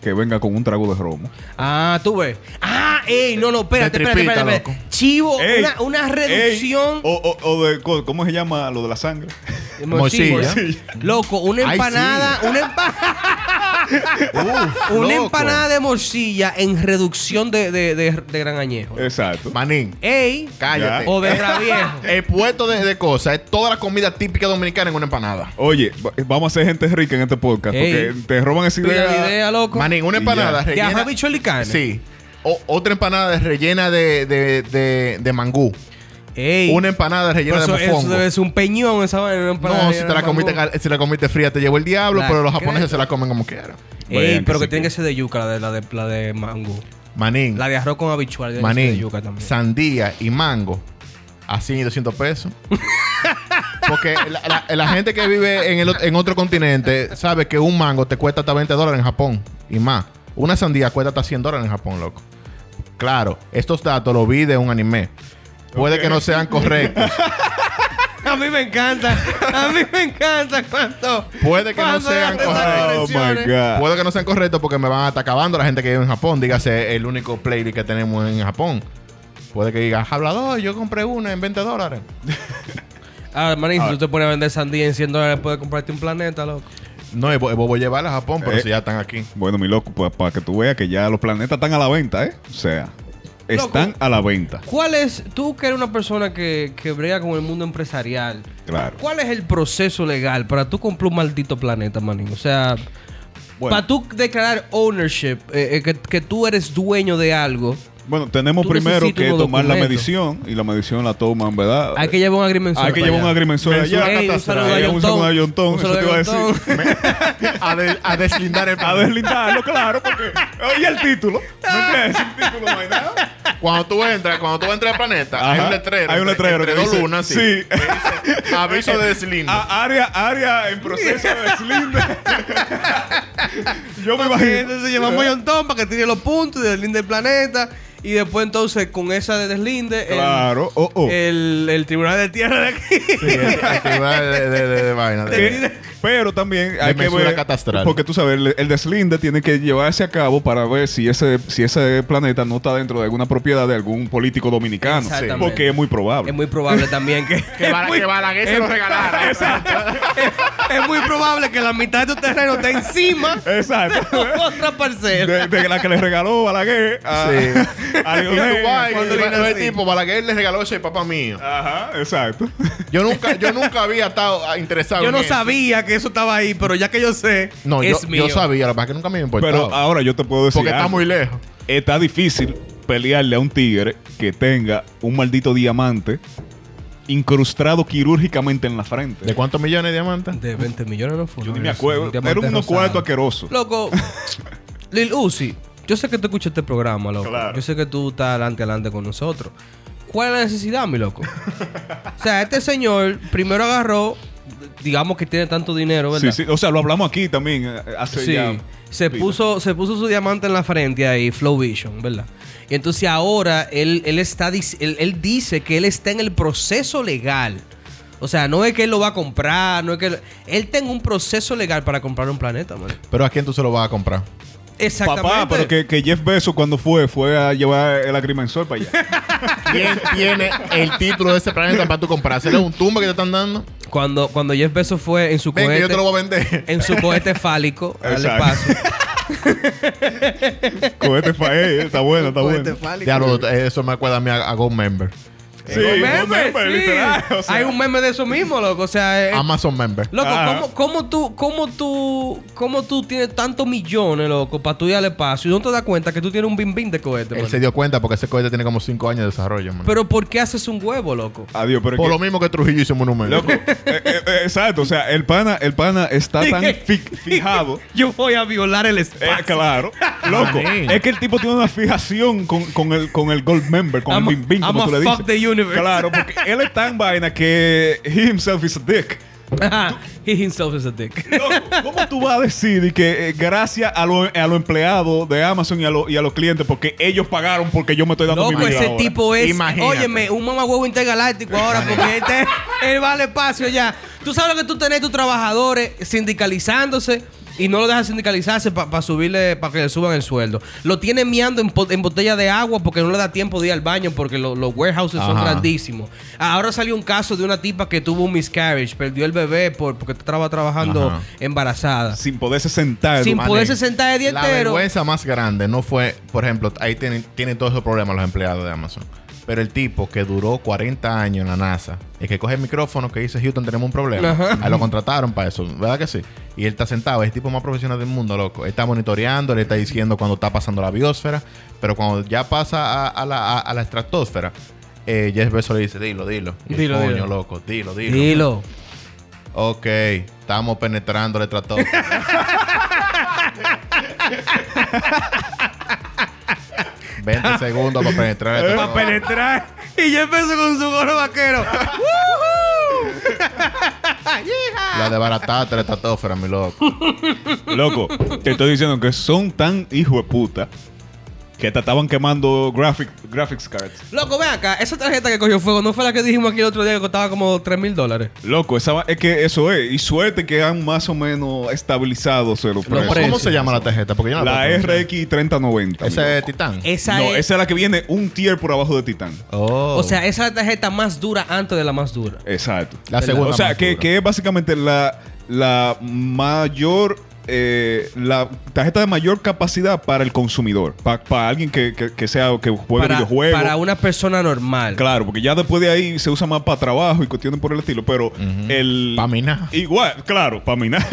Speaker 2: que venga con un trago de romo.
Speaker 3: Ah, tú ves. Ah, ey, no, no, espérate,
Speaker 4: De
Speaker 3: espérate,
Speaker 4: tripita,
Speaker 3: espérate.
Speaker 4: loco.
Speaker 3: espérate. Chivo,
Speaker 2: Ey,
Speaker 3: una, una
Speaker 2: ey,
Speaker 3: reducción.
Speaker 2: o, o- o de, co- ¿Cómo se llama lo de la sangre?
Speaker 4: Oh, Morcilla.
Speaker 2: Morcilla.
Speaker 3: Loco, una
Speaker 4: Ay,
Speaker 3: empanada, una, empa-
Speaker 4: Uf,
Speaker 3: una
Speaker 4: loco.
Speaker 3: empanada de morcilla en reducción de, de, de, de gran añejo.
Speaker 4: Eh.
Speaker 2: Exacto.
Speaker 4: Manín,
Speaker 3: Ey,
Speaker 4: cállate.
Speaker 3: o de rabiejo.
Speaker 4: El puesto de, de cosas es toda la comida típica dominicana en una empanada.
Speaker 2: Oye, va- eh, vamos a ser gente rica en este podcast
Speaker 3: Ey.
Speaker 2: porque te roban esa
Speaker 3: Pila de
Speaker 2: idea.
Speaker 3: idea, loco.
Speaker 4: Manín, una
Speaker 2: Y
Speaker 4: empanada
Speaker 2: ya.
Speaker 3: de ajo
Speaker 4: rellena.
Speaker 3: habichuela y carne.
Speaker 4: Sí. O- otra empanada de rellena de, de, de, de mangú.
Speaker 3: Ey.
Speaker 4: Una empanada rellena
Speaker 3: Pero eso,
Speaker 4: de
Speaker 3: eso
Speaker 4: mofongo.
Speaker 3: debe ser un peñón esa vaina. una empanada
Speaker 4: No,
Speaker 3: llena
Speaker 4: si te,
Speaker 3: de
Speaker 4: la comiste,
Speaker 3: mangú.
Speaker 4: cal- si la comiste fría te llevó el diablo,
Speaker 3: La
Speaker 4: pero los japoneses
Speaker 3: creta.
Speaker 4: se la comen como quieran.
Speaker 3: Ey,
Speaker 2: Vayan,
Speaker 3: pero
Speaker 2: que
Speaker 3: que
Speaker 2: sí
Speaker 3: tiene
Speaker 2: que-
Speaker 3: que ser de yuca, la de, la de, la de mango.
Speaker 4: Manín,
Speaker 3: La de arroz con habichuela tiene que ser de
Speaker 4: Mm. manín,
Speaker 3: yuca también.
Speaker 4: sandía y mango. Así, 200 pesos. Porque la, la- la gente que vive en, el ot- en otro continente sabe que un mango te cuesta hasta 20 dólares en Japón y más. Una sandía cuesta hasta 100 dólares en Japón, loco. Claro, estos datos los vi de un anime. Puede que no sean correctos.
Speaker 3: A mí me encanta. A mí me encanta cuánto.
Speaker 4: Puede que no
Speaker 3: cuando
Speaker 4: sean
Speaker 3: hacen esas
Speaker 4: correctas.
Speaker 2: Oh my
Speaker 3: correcciones.
Speaker 2: God.
Speaker 4: Puede que no sean correctos porque me van a estar acabando la gente que vive en Japón. Dígase, el único playlist que tenemos en Japón. Puede que digas, hablador, yo compré una en 20 dólares.
Speaker 3: Ah, manín, si
Speaker 2: Ah.
Speaker 3: tú te pones a vender sandía en 100 dólares, puedes comprarte un planeta, loco.
Speaker 4: No, y vos vos voy a llevarla a Japón, pero
Speaker 2: Eh.
Speaker 4: si ya están aquí.
Speaker 2: Bueno, mi loco, pues para que tú veas que ya los planetas están a la venta, ¿eh? O sea, están a la venta.
Speaker 3: ¿Cuál es, tú que eres una persona que, que brega con el mundo empresarial,
Speaker 2: Claro.
Speaker 3: ¿cuál es el proceso legal para tú comprar un maldito planeta, manín? O sea,
Speaker 2: Bueno.
Speaker 3: para tú declarar ownership, eh, eh, que, que tú eres dueño de algo,
Speaker 2: Bueno, tenemos
Speaker 3: Tú
Speaker 2: primero
Speaker 3: necesitas
Speaker 2: que
Speaker 3: unos
Speaker 2: tomar la
Speaker 3: documentos.
Speaker 2: medición y la medición la toman, ¿verdad?
Speaker 3: hay que llevar un agrimensor.
Speaker 2: Hay que llevar un agrimensor allá.
Speaker 4: Mensual.
Speaker 3: Ey, un saludo
Speaker 2: Hay
Speaker 3: a
Speaker 2: un
Speaker 3: John
Speaker 2: saludo
Speaker 3: Tom.
Speaker 2: a John Tom,
Speaker 3: Un saludo
Speaker 2: eso te iba a
Speaker 3: a John
Speaker 2: decir.
Speaker 3: Tom.
Speaker 4: A, de- a deslindar el
Speaker 2: A deslindarlo, claro, porque. Oye, el título. ¿Me entiendes? El título no hay nada.
Speaker 4: Cuando tú entras, cuando tú entras al planeta, hay
Speaker 2: Ajá.
Speaker 4: un letrero.
Speaker 2: Hay un
Speaker 4: entre-
Speaker 2: letrero.
Speaker 4: entre
Speaker 2: que
Speaker 4: dos
Speaker 2: dice-
Speaker 4: lunas, sí.
Speaker 2: Sí. Ah,
Speaker 4: Aviso de deslindo.
Speaker 2: A- área, área en proceso de deslinde. Yo me imagino.
Speaker 3: Entonces llamamos a John Tom para que tire los puntos y deslinde el planeta. Y después entonces con esa de deslinde, el-
Speaker 2: Claro, oh, oh.
Speaker 3: el, el tribunal de tierra de aquí.
Speaker 4: Sí, actividad de, de- de- de vaina.
Speaker 3: Te-
Speaker 2: ah. Que- pero también hay que
Speaker 4: mesura
Speaker 2: ver
Speaker 4: catastral.
Speaker 2: porque tú sabes el, el deslinde tiene que llevarse a cabo para ver si ese si ese planeta no está dentro de alguna propiedad de algún político dominicano
Speaker 3: Exactamente.
Speaker 2: porque es muy probable
Speaker 3: Es muy probable también que...
Speaker 4: Que, Bala- que Balaguer se lo regalara.
Speaker 3: es muy probable que la mitad de tu terreno esté encima
Speaker 2: exacto
Speaker 3: de otra parcela.
Speaker 2: de, de la que le regaló Balaguer
Speaker 4: Ah.
Speaker 2: a,
Speaker 4: Sí.
Speaker 2: a
Speaker 4: En
Speaker 2: Lionel.
Speaker 4: Uruguay,
Speaker 3: Cuando le
Speaker 4: el
Speaker 3: nací.
Speaker 4: tipo, Balaguer le regaló ese papá mío.
Speaker 2: ajá exacto
Speaker 4: Yo nunca, yo nunca había estado ah, interesado
Speaker 3: Yo
Speaker 4: en
Speaker 3: no
Speaker 4: eso.
Speaker 3: sabía que eso estaba ahí, pero ya que yo sé,
Speaker 4: No,
Speaker 3: es
Speaker 4: yo,
Speaker 3: mío.
Speaker 4: yo sabía, lo que pasa es que nunca me importaba.
Speaker 2: pero ah, ahora yo te puedo decir
Speaker 4: porque está
Speaker 2: algo.
Speaker 4: muy lejos.
Speaker 2: está difícil pelearle a un tigre que tenga un maldito diamante incrustado quirúrgicamente en la frente
Speaker 4: ¿De cuántos millones de diamantes?
Speaker 3: De 20 millones no fue.
Speaker 2: Yo ni
Speaker 3: una
Speaker 2: me
Speaker 3: vez,
Speaker 2: acuerdo.
Speaker 3: un diamante
Speaker 2: Era unos
Speaker 3: rosado.
Speaker 2: cuartos asquerosos.
Speaker 3: Loco, Lil Uzi, yo sé que tú escuchas este programa, loco.
Speaker 2: Claro.
Speaker 3: Yo sé que tú estás adelante, adelante con nosotros. ¿Cuál es la necesidad, mi loco? o sea, este señor primero agarró, digamos que tiene tanto dinero, ¿verdad?
Speaker 2: Sí, sí. O sea, lo hablamos aquí también eh, hace
Speaker 3: Sí.
Speaker 2: ya-
Speaker 3: Se
Speaker 2: Mira.
Speaker 3: puso, se puso su diamante en la frente ahí, Flow Vision, ¿verdad? Y entonces ahora él, él está dic- él, él dice que él está en el proceso legal. O sea, no es que él lo va a comprar, no es que él, él tenga un proceso legal para comprar un planeta, man.
Speaker 4: Pero ¿a quién tú se lo vas a comprar?
Speaker 3: Exactamente.
Speaker 2: Papá, pero que, que Jeff Bezos cuando fue, fue a llevar el agrimensor para allá.
Speaker 4: ¿Quién tiene el título de ese planeta para tú comprárselo? ¿Es un tumbo que te están dando?
Speaker 3: Cuando, cuando Jeff Bezos fue en su
Speaker 4: Ven, que
Speaker 3: cohete,
Speaker 4: yo te lo voy a vender.
Speaker 3: en su cohete fálico al
Speaker 2: Exacto.
Speaker 3: espacio.
Speaker 2: Cohete para
Speaker 4: eh,
Speaker 2: él. Está bueno, está bueno.
Speaker 4: Diablo, eso me acuerda a mí a, a Gold Member.
Speaker 2: Sí,
Speaker 3: Un
Speaker 2: un
Speaker 3: meme,
Speaker 2: member,
Speaker 3: sí.
Speaker 2: literal, o sea.
Speaker 3: Hay un meme de eso mismo, loco. O sea, es-
Speaker 4: Amazon Member.
Speaker 3: Loco,
Speaker 2: Ajá.
Speaker 3: ¿cómo, cómo tú, cómo tú, cómo tú tienes tantos millones, loco, para tú ir al espacio y no te das cuenta que tú tienes un bim bim de cohete,
Speaker 4: Él
Speaker 3: mano?
Speaker 4: se dio cuenta porque ese cohete tiene como 5 años de desarrollo, man.
Speaker 3: Pero ¿por qué haces un huevo, loco?
Speaker 2: Adiós, pero es
Speaker 4: Por
Speaker 2: que-
Speaker 4: lo mismo que Trujillo hizo un monumento.
Speaker 2: Loco, eh, eh, eh, exacto, o sea, el pana, el pana está tan fi- fijado.
Speaker 3: Yo voy a violar el
Speaker 2: eh,
Speaker 3: espacio.
Speaker 2: claro, loco.
Speaker 4: Manín.
Speaker 2: Es que el tipo tiene una fijación con, con el, con el gold member, con
Speaker 3: I'm a-
Speaker 2: el bim bim, como
Speaker 3: I'm
Speaker 2: tú
Speaker 3: a
Speaker 2: le dices.
Speaker 3: fuck the universe.
Speaker 2: Claro, porque él es tan vaina que he himself is a dick.
Speaker 3: He himself is a dick.
Speaker 2: Loco, ¿Cómo tú vas a decir y que eh, gracias a los a los empleados de Amazon y a, lo- y a los clientes porque ellos pagaron porque yo me estoy dando mi
Speaker 3: Loco,
Speaker 2: vida
Speaker 3: pues ese
Speaker 2: ahora?
Speaker 3: tipo es.
Speaker 4: Imagínate.
Speaker 3: Óyeme, un mamá huevo intergaláctico ahora, porque este, él va al espacio ya. Tú sabes lo que tú tenés tus trabajadores sindicalizándose y no lo deja sindicalizarse para subirle, para que le suban el sueldo. Lo tiene miando en, po- en botella de agua porque no le da tiempo de ir al baño porque lo- los warehouses son
Speaker 4: Ajá.
Speaker 3: grandísimos. Ahora salió un caso de una tipa que tuvo un miscarriage, perdió el bebé por, porque estaba trabajando
Speaker 4: Ajá.
Speaker 3: embarazada.
Speaker 2: Sin poderse sentar.
Speaker 3: Sin
Speaker 4: Mané,
Speaker 3: poderse sentar de día
Speaker 4: La
Speaker 3: entero.
Speaker 4: vergüenza más grande no fue, por ejemplo, ahí tienen, tienen todos esos problemas los empleados de Amazon. Pero el tipo que duró 40 años en la NASA, el que coge el micrófono que dice Houston, tenemos un problema.
Speaker 3: Ajá.
Speaker 4: Ahí lo contrataron para eso, ¿verdad que sí? Y él está sentado, es el tipo más profesional del mundo, loco. Él está monitoreando, le está diciendo cuando está pasando la biosfera, pero cuando ya pasa a, a la, a- a la estratosfera, eh, Jeff Bezos le dice, dilo, dilo. Y el
Speaker 3: Dilo,
Speaker 4: coño,
Speaker 3: dilo.
Speaker 4: loco, dilo, dilo.
Speaker 3: Dilo.
Speaker 4: Ok, estamos penetrando la estratosfera. ...20 segundos para penetrar. el
Speaker 2: Eh.
Speaker 3: Para
Speaker 4: tratador.
Speaker 3: penetrar. Y yo empezó con su gorro vaquero.
Speaker 4: La desbaratada la estratosfera, mi loco.
Speaker 2: Loco, te estoy diciendo que son tan hijo de puta que te estaban quemando graphic, graphics cards.
Speaker 3: Loco, ven acá. Esa tarjeta que cogió fuego no fue la que dijimos aquí el otro día que costaba como 3 mil dólares.
Speaker 2: Loco, esa va- es que eso es. Y suerte que han más o menos estabilizado los
Speaker 3: Los
Speaker 2: precios.
Speaker 4: ¿Cómo
Speaker 3: precios.
Speaker 4: se llama la tarjeta? Porque yo no
Speaker 2: La
Speaker 4: puedo pronunciar.
Speaker 2: RX 3090. mi
Speaker 4: Ese es
Speaker 2: loco.
Speaker 4: Titán.
Speaker 3: Esa
Speaker 2: no,
Speaker 3: es.
Speaker 2: esa es la que viene un tier por abajo de Titán.
Speaker 4: Oh.
Speaker 3: O sea, esa es la tarjeta más dura antes de la más dura.
Speaker 2: Exacto.
Speaker 4: la segunda.
Speaker 2: o sea,
Speaker 4: más
Speaker 2: que,
Speaker 4: dura.
Speaker 2: que es básicamente la, la mayor. eh, la tarjeta de mayor capacidad para el consumidor. Para alguien que, que- que sea que juegue
Speaker 3: Para,
Speaker 2: videojuegos.
Speaker 3: para una persona normal.
Speaker 2: Claro, porque ya después de ahí se usa más para trabajo y cuestiones por el estilo, pero el...
Speaker 4: Pa' minar.
Speaker 2: Igual, claro, para minar.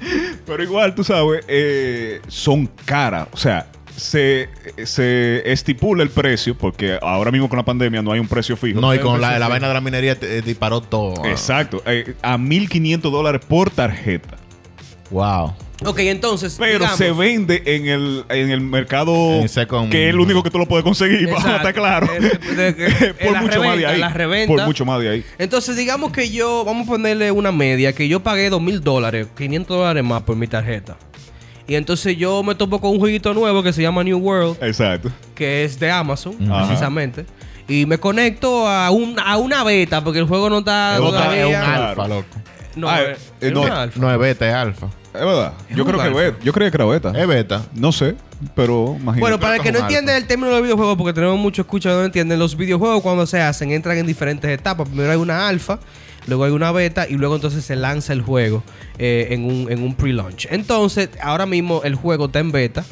Speaker 2: pero igual, tú sabes, eh, son caras. O sea, se, se estipula el precio, porque ahora mismo con la pandemia no hay un precio fijo.
Speaker 4: No, y con la, la vaina de la minería te- eh, disparó todo.
Speaker 2: Exacto, eh, a 1.500 dólares por tarjeta.
Speaker 4: Wow.
Speaker 3: Ok, entonces.
Speaker 2: Pero
Speaker 3: digamos,
Speaker 2: se vende en el, en el mercado
Speaker 4: En second-
Speaker 2: que es el único que tú lo puedes conseguir,
Speaker 3: Exacto.
Speaker 2: vamos a estar claro.
Speaker 3: Es- de- de-
Speaker 2: por
Speaker 3: la
Speaker 2: mucho más de
Speaker 3: reventa,
Speaker 2: ahí.
Speaker 3: la reventa.
Speaker 2: por mucho más de ahí.
Speaker 3: Entonces, digamos que yo, vamos a ponerle una media, que yo pagué dos mil dólares, 500 dólares más por mi tarjeta. Y entonces yo me topo con un jueguito nuevo que se llama New World.
Speaker 2: Exacto.
Speaker 3: que es de Amazon,
Speaker 2: Ajá.
Speaker 3: precisamente. Y me conecto a, un, a una beta, porque el juego no está
Speaker 4: Es un
Speaker 3: Ah, todavía...
Speaker 2: al-
Speaker 4: alfa, loco.
Speaker 3: No,
Speaker 2: Ah,
Speaker 3: es-
Speaker 2: eh,
Speaker 3: es
Speaker 2: no,
Speaker 3: una alfa.
Speaker 4: No es beta, es alfa.
Speaker 2: Es verdad.
Speaker 3: Es
Speaker 2: yo
Speaker 3: un
Speaker 2: creo que
Speaker 3: alfa.
Speaker 2: beta. Yo creía que era beta.
Speaker 4: Es beta.
Speaker 2: No sé, pero imagino.
Speaker 3: Bueno, para el
Speaker 4: creo
Speaker 3: que no
Speaker 4: que es un
Speaker 3: entiende
Speaker 4: alfa.
Speaker 3: el término de videojuegos, porque tenemos muchos escuchadores que no entienden, los videojuegos cuando se hacen entran en diferentes etapas. Primero hay una alfa, luego hay una beta y luego entonces se lanza el juego eh, en un, en un pre-launch. Entonces, ahora mismo el juego está en beta.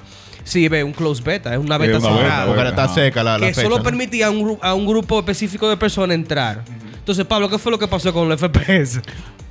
Speaker 3: Sí, ve, un close beta, es una beta
Speaker 2: una beta,
Speaker 3: cerrada.
Speaker 4: Porque
Speaker 2: Ajá.
Speaker 4: está seca la, la
Speaker 3: que
Speaker 4: fecha,
Speaker 3: solo
Speaker 4: ¿no?
Speaker 3: permitía a un, gru- a un grupo específico de personas entrar. Entonces, Pablo, ¿qué fue lo que pasó con el FPS?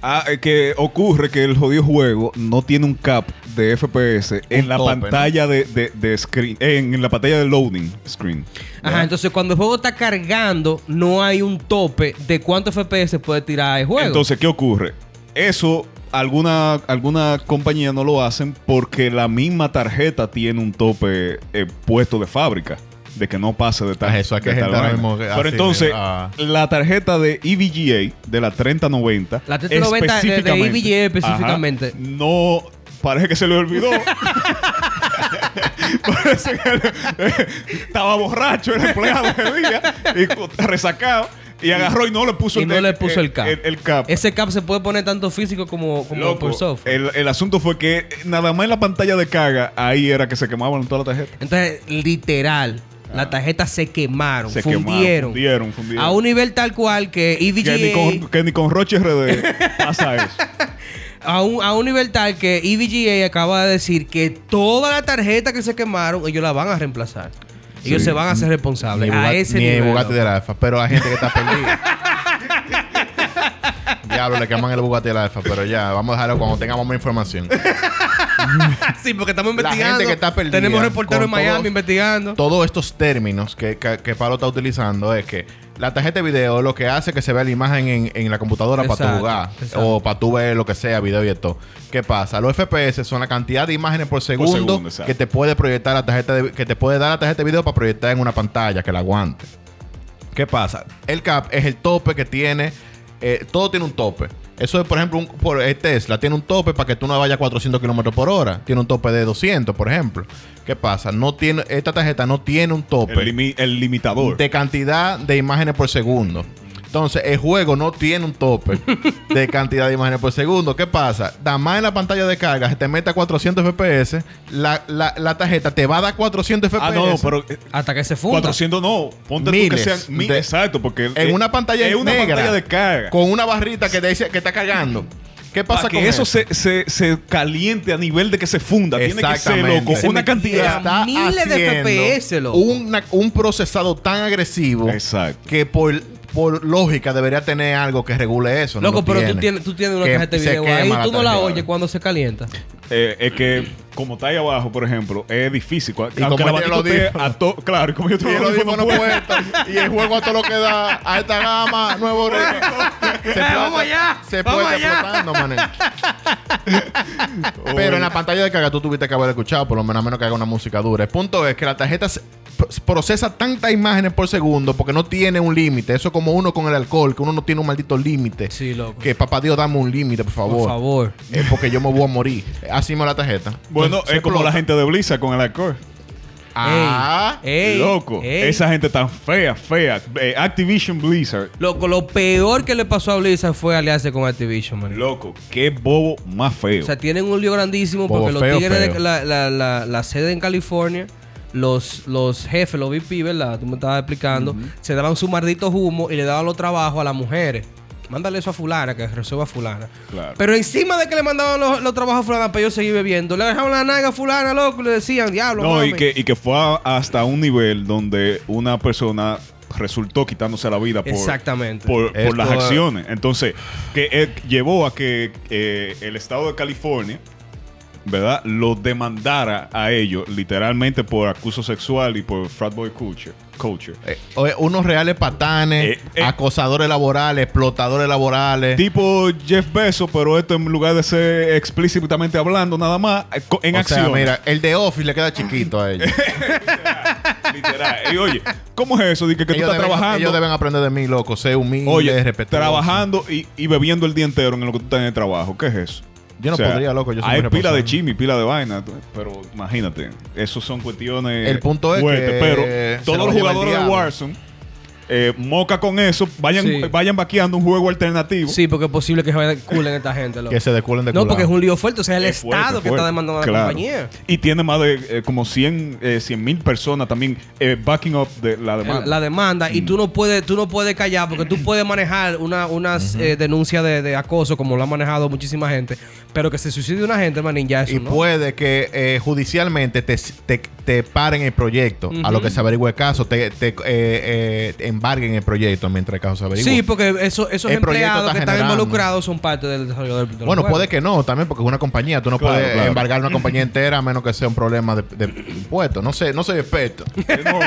Speaker 2: Ah, eh, que ocurre que el jodido juego no tiene un cap de FPS en la
Speaker 4: tope,
Speaker 2: pantalla de, de- de screen. eh, en, la pantalla de loading screen.
Speaker 3: Ajá, entonces cuando el juego está cargando, no hay un tope de cuántos FPS puede tirar el juego.
Speaker 2: Entonces, ¿qué ocurre? Eso, alguna, alguna compañía no lo hacen porque la misma tarjeta tiene un tope eh, puesto de fábrica. De que no pase de tal.
Speaker 4: Ah, eso hay que
Speaker 2: de tal
Speaker 4: gente ahora
Speaker 2: vaina.
Speaker 4: mismo que
Speaker 2: Pero
Speaker 4: así,
Speaker 2: entonces,
Speaker 4: ah.
Speaker 2: la tarjeta de E EVGA, de la 3090.
Speaker 3: La 3090 de- E de EVGA específicamente.
Speaker 2: ajá, no. Parece que se le olvidó. Parece que le- eh, estaba borracho el empleado ese día y cu- resacado. Y agarró y no le puso
Speaker 3: Y no le puso el cap.
Speaker 2: El, el cap.
Speaker 3: Ese cap se puede poner tanto físico como, como
Speaker 2: Loco,
Speaker 3: por software.
Speaker 2: el, el asunto fue que nada más en la pantalla de carga, ahí era que se quemaban todas las
Speaker 4: eh.
Speaker 2: tarjetas.
Speaker 3: Entonces, literal,
Speaker 4: Ah.
Speaker 3: las tarjetas se quemaron,
Speaker 2: Se quemaron,
Speaker 3: fundieron,
Speaker 2: fundieron, fundieron.
Speaker 3: A un nivel tal cual que E EVGA...
Speaker 2: Que ni, con, que ni con Roche RD pasa eso.
Speaker 3: a un, a un nivel tal que E EVGA acaba de decir que toda la tarjeta que se quemaron, ellos la van a reemplazar. Ellos
Speaker 2: Sí.
Speaker 3: se van a hacer
Speaker 4: Ni,
Speaker 3: responsables. a
Speaker 4: Bugatti,
Speaker 3: ese
Speaker 4: ni
Speaker 3: nivel.
Speaker 4: Bugatti
Speaker 3: loco.
Speaker 4: del Alfa, pero hay gente que está perdida. Diablo, le queman el Bugatti del Alfa, pero ya, vamos a dejarlo cuando tengamos más información.
Speaker 3: Ah, sí, porque estamos
Speaker 4: La
Speaker 3: investigando.
Speaker 4: gente que está perdida
Speaker 3: Tenemos reporteros en
Speaker 4: con
Speaker 3: Miami
Speaker 4: todo-
Speaker 3: investigando.
Speaker 4: Todos estos términos que, que, que Pablo está utilizando es que la tarjeta de video lo que hace que se vea la imagen en, en la computadora para
Speaker 3: Exacto,
Speaker 4: tu jugar
Speaker 3: exacto.
Speaker 4: o para tu ver lo que sea, video y esto. ¿Qué pasa? Los FPS son la cantidad de imágenes por segundo,
Speaker 2: segundo, exacto.
Speaker 4: que te puede proyectar la tarjeta de- que te puede dar la tarjeta de video para proyectar en una pantalla que la aguante. ¿Qué pasa? El cap es el tope que tiene. eh, todo tiene un tope. Eso es, por ejemplo, un, por, eh, Tesla tiene un tope para que tú no vayas a 400 kilómetros por hora. Tiene un tope de 200, por ejemplo. ¿Qué pasa? No tiene, esta tarjeta no tiene un tope
Speaker 2: El, limi- el limitador.
Speaker 4: de cantidad de imágenes por segundo. Entonces, el juego no tiene un tope de cantidad de imágenes por segundo. ¿Qué pasa? Nada más en la pantalla de carga se te meta 400 FPS, la, la, la tarjeta te va a dar 400 FPS.
Speaker 2: Ah, no, pero eh,
Speaker 3: Hasta que se funda.
Speaker 2: 400 no. Ponte tú
Speaker 4: Miles
Speaker 2: que sean mil.
Speaker 4: de-
Speaker 2: Exacto, porque
Speaker 4: en
Speaker 2: es-
Speaker 4: una pantalla
Speaker 2: Eh, es una
Speaker 4: negra
Speaker 2: pantalla de carga.
Speaker 4: con una barrita que te dice que está cargando. ¿Qué pasa
Speaker 2: para que
Speaker 4: con
Speaker 2: eso se, se, se caliente a nivel de que se funda. Tiene que ser loco.
Speaker 4: Exactamente.
Speaker 2: Una cantidad.
Speaker 4: Está
Speaker 3: Miles de
Speaker 4: haciendo
Speaker 3: FPS, loco.
Speaker 4: una- un procesado tan agresivo
Speaker 2: Exacto.
Speaker 4: que por, por lógica debería tener algo que regule eso. no
Speaker 3: Loco,
Speaker 4: lo
Speaker 3: pero tú
Speaker 4: tiene.
Speaker 3: tienes, tú tienes una
Speaker 4: Que
Speaker 3: tarjeta de
Speaker 4: se
Speaker 3: video ahí.
Speaker 4: quema
Speaker 3: Tú no la
Speaker 4: tarjeta.
Speaker 3: oyes cuando se calienta.
Speaker 2: Eh, es que como está ahí abajo, por ejemplo, es difícil. Cua-
Speaker 4: Y
Speaker 2: aunque
Speaker 4: como
Speaker 2: la
Speaker 4: tiene
Speaker 2: batica
Speaker 4: los
Speaker 2: esté
Speaker 4: audífonos.
Speaker 2: a to- Claro, y como yo
Speaker 4: Y
Speaker 2: tengo
Speaker 4: el
Speaker 2: los
Speaker 4: audífono
Speaker 2: audífonos puestos,
Speaker 4: puesto, y el juego a todo lo que da a esta gama, nuevo récord. Se puede-
Speaker 3: Vamos allá,
Speaker 4: Se
Speaker 3: vamos
Speaker 4: puede
Speaker 3: allá.
Speaker 4: explotando, mané. Pero en la pantalla de carga tú tuviste que haber escuchado, por lo menos a menos que haga una música dura. El punto es que la tarjeta se- p- procesa tantas imágenes por segundo porque no tiene un límite. Eso es como uno con el alcohol, que uno no tiene un maldito límite.
Speaker 3: Sí, loco.
Speaker 4: Que papá Dios, dame un límite, por favor.
Speaker 3: Por favor.
Speaker 4: Eh, porque yo me voy a morir. Así me la tarjeta.
Speaker 2: Bueno,
Speaker 4: Entonces,
Speaker 2: es
Speaker 4: se
Speaker 2: como la
Speaker 4: explota.
Speaker 2: gente de Blizzard con el alcohol.
Speaker 4: Ah,
Speaker 3: Ey,
Speaker 2: Loco,
Speaker 3: ey.
Speaker 2: esa gente tan fea, fea. Eh, Activision Blizzard.
Speaker 3: Loco, lo peor que le pasó a Blizzard fue aliarse con Activision, man.
Speaker 2: Loco, qué bobo más feo.
Speaker 3: O sea, tienen un lío grandísimo
Speaker 4: Bobo
Speaker 3: porque los
Speaker 4: feo,
Speaker 3: tigres de
Speaker 4: feo.
Speaker 3: la, la- la- la sede en California, los, los jefes, los VP, ¿verdad? Tú me estabas explicando, se daban su maldito humo y le daban los trabajos a las mujeres. Mándale eso a fulana, que resuelva a fulana.
Speaker 2: Claro.
Speaker 3: Pero encima de que le mandaban los, los trabajos a fulana para yo seguir bebiendo, le dejaban la naga a fulana, loco, y le decían, diablo,
Speaker 2: no, y
Speaker 3: mami".
Speaker 2: que, y que fue a- hasta un nivel donde una persona resultó quitándose la vida por,
Speaker 3: Exactamente.
Speaker 2: por, por
Speaker 4: Esto-
Speaker 2: las acciones. Entonces, que eh, llevó a que eh, el estado de California, ¿verdad?, lo demandara a ellos literalmente por acuso sexual y por frat boy culture. culture.
Speaker 4: Eh, oye, unos reales patanes,
Speaker 2: Eh, eh.
Speaker 4: acosadores laborales, explotadores laborales.
Speaker 2: Tipo Jeff Bezos, pero esto en lugar de ser explícitamente hablando nada más, eh, co- en
Speaker 4: o
Speaker 2: acción.
Speaker 4: sea, mira, el de Office le queda chiquito a ellos.
Speaker 2: Literal. Y oye, ¿cómo es eso? Dice que tú
Speaker 4: ellos,
Speaker 2: estás
Speaker 4: deben,
Speaker 2: trabajando.
Speaker 4: ellos deben aprender de mí, loco. Sé humilde,
Speaker 2: Oye,
Speaker 4: respetuoso.
Speaker 2: trabajando y, y bebiendo el día entero en lo que tú estás en el trabajo. ¿Qué es eso?
Speaker 4: Yo no podría, loco, yo soy
Speaker 2: hay
Speaker 4: muy
Speaker 2: pila de
Speaker 4: responsable.
Speaker 2: chimi, pila de vaina, tú- pero imagínate, esos son cuestiones.
Speaker 4: El punto es
Speaker 2: fuertes,
Speaker 4: que
Speaker 2: pero
Speaker 4: se
Speaker 2: todos
Speaker 4: lo
Speaker 2: los
Speaker 4: lleva el
Speaker 2: jugadores de
Speaker 4: diablo.
Speaker 2: Warzone eh, moca con eso, vayan,
Speaker 3: Sí.
Speaker 2: vayan vaqueando un juego alternativo.
Speaker 3: Sí, porque es posible que se vayan culen esta gente, loco.
Speaker 4: Que se desculen de
Speaker 3: No, porque es
Speaker 4: culado.
Speaker 3: un lío fuerte, o sea, es el
Speaker 2: Es fuerte,
Speaker 3: Estado que
Speaker 2: fuerte.
Speaker 3: está demandando a la
Speaker 2: Claro.
Speaker 3: compañía.
Speaker 2: Y tiene más de eh, como 100 eh, 100 mil personas también eh, backing up de la demanda.
Speaker 3: el- la demanda y tú no puedes tú no puedes callar porque tú puedes manejar una unas eh, denuncia de, de acoso como lo ha manejado muchísima gente pero que se suicide una gente manín ya eso
Speaker 4: Y
Speaker 3: no
Speaker 4: puede que eh, judicialmente te, te, te paren el proyecto. A lo que se averigüe el caso, te, te, eh, eh, te embarguen el proyecto mientras el caso se averigua.
Speaker 3: sí porque eso, esos
Speaker 4: El proyecto
Speaker 3: empleados
Speaker 4: está
Speaker 3: que están
Speaker 4: generando.
Speaker 3: involucrados son parte del desarrollo del, del
Speaker 4: Bueno,
Speaker 3: juego.
Speaker 4: puede que no, también porque es una compañía. Tú no
Speaker 2: Claro,
Speaker 4: puedes
Speaker 2: claro.
Speaker 4: embargar una compañía entera a menos que sea un problema de, de impuestos. No sé, no soy experto.
Speaker 2: Eh, no,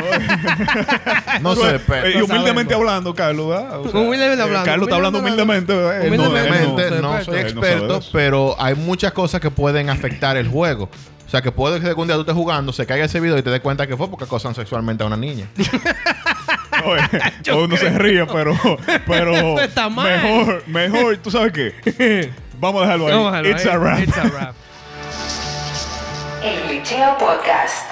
Speaker 4: No soy
Speaker 2: eh,
Speaker 4: experto.
Speaker 2: y
Speaker 3: No
Speaker 2: humildemente
Speaker 3: sabemos.
Speaker 2: hablando, Carlos, ¿verdad? O sea,
Speaker 3: Humildemente
Speaker 2: eh,
Speaker 3: hablando,
Speaker 2: Carlos está hablando
Speaker 3: humildemente
Speaker 2: humildemente, ¿verdad? Él no- él no-
Speaker 4: Humildemente,
Speaker 3: él
Speaker 4: no,
Speaker 3: no
Speaker 4: soy
Speaker 2: sabe de
Speaker 4: experto,
Speaker 2: eso.
Speaker 4: pero hay muchas cosas que pueden afectar el juego. O sea, que puede que un día tú estés jugando, se caiga ese video y te des cuenta que fue porque acosan sexualmente a una niña.
Speaker 2: Oye, uno se ríe, pero, pero
Speaker 3: Eso está mal.
Speaker 2: mejor, mejor, ¿tú sabes qué? Vamos a dejarlo ahí.
Speaker 3: Vamos a dejarlo
Speaker 2: It's
Speaker 3: ahí.
Speaker 2: a wrap.
Speaker 3: It's a wrap.
Speaker 1: El Glitcheo Podcast.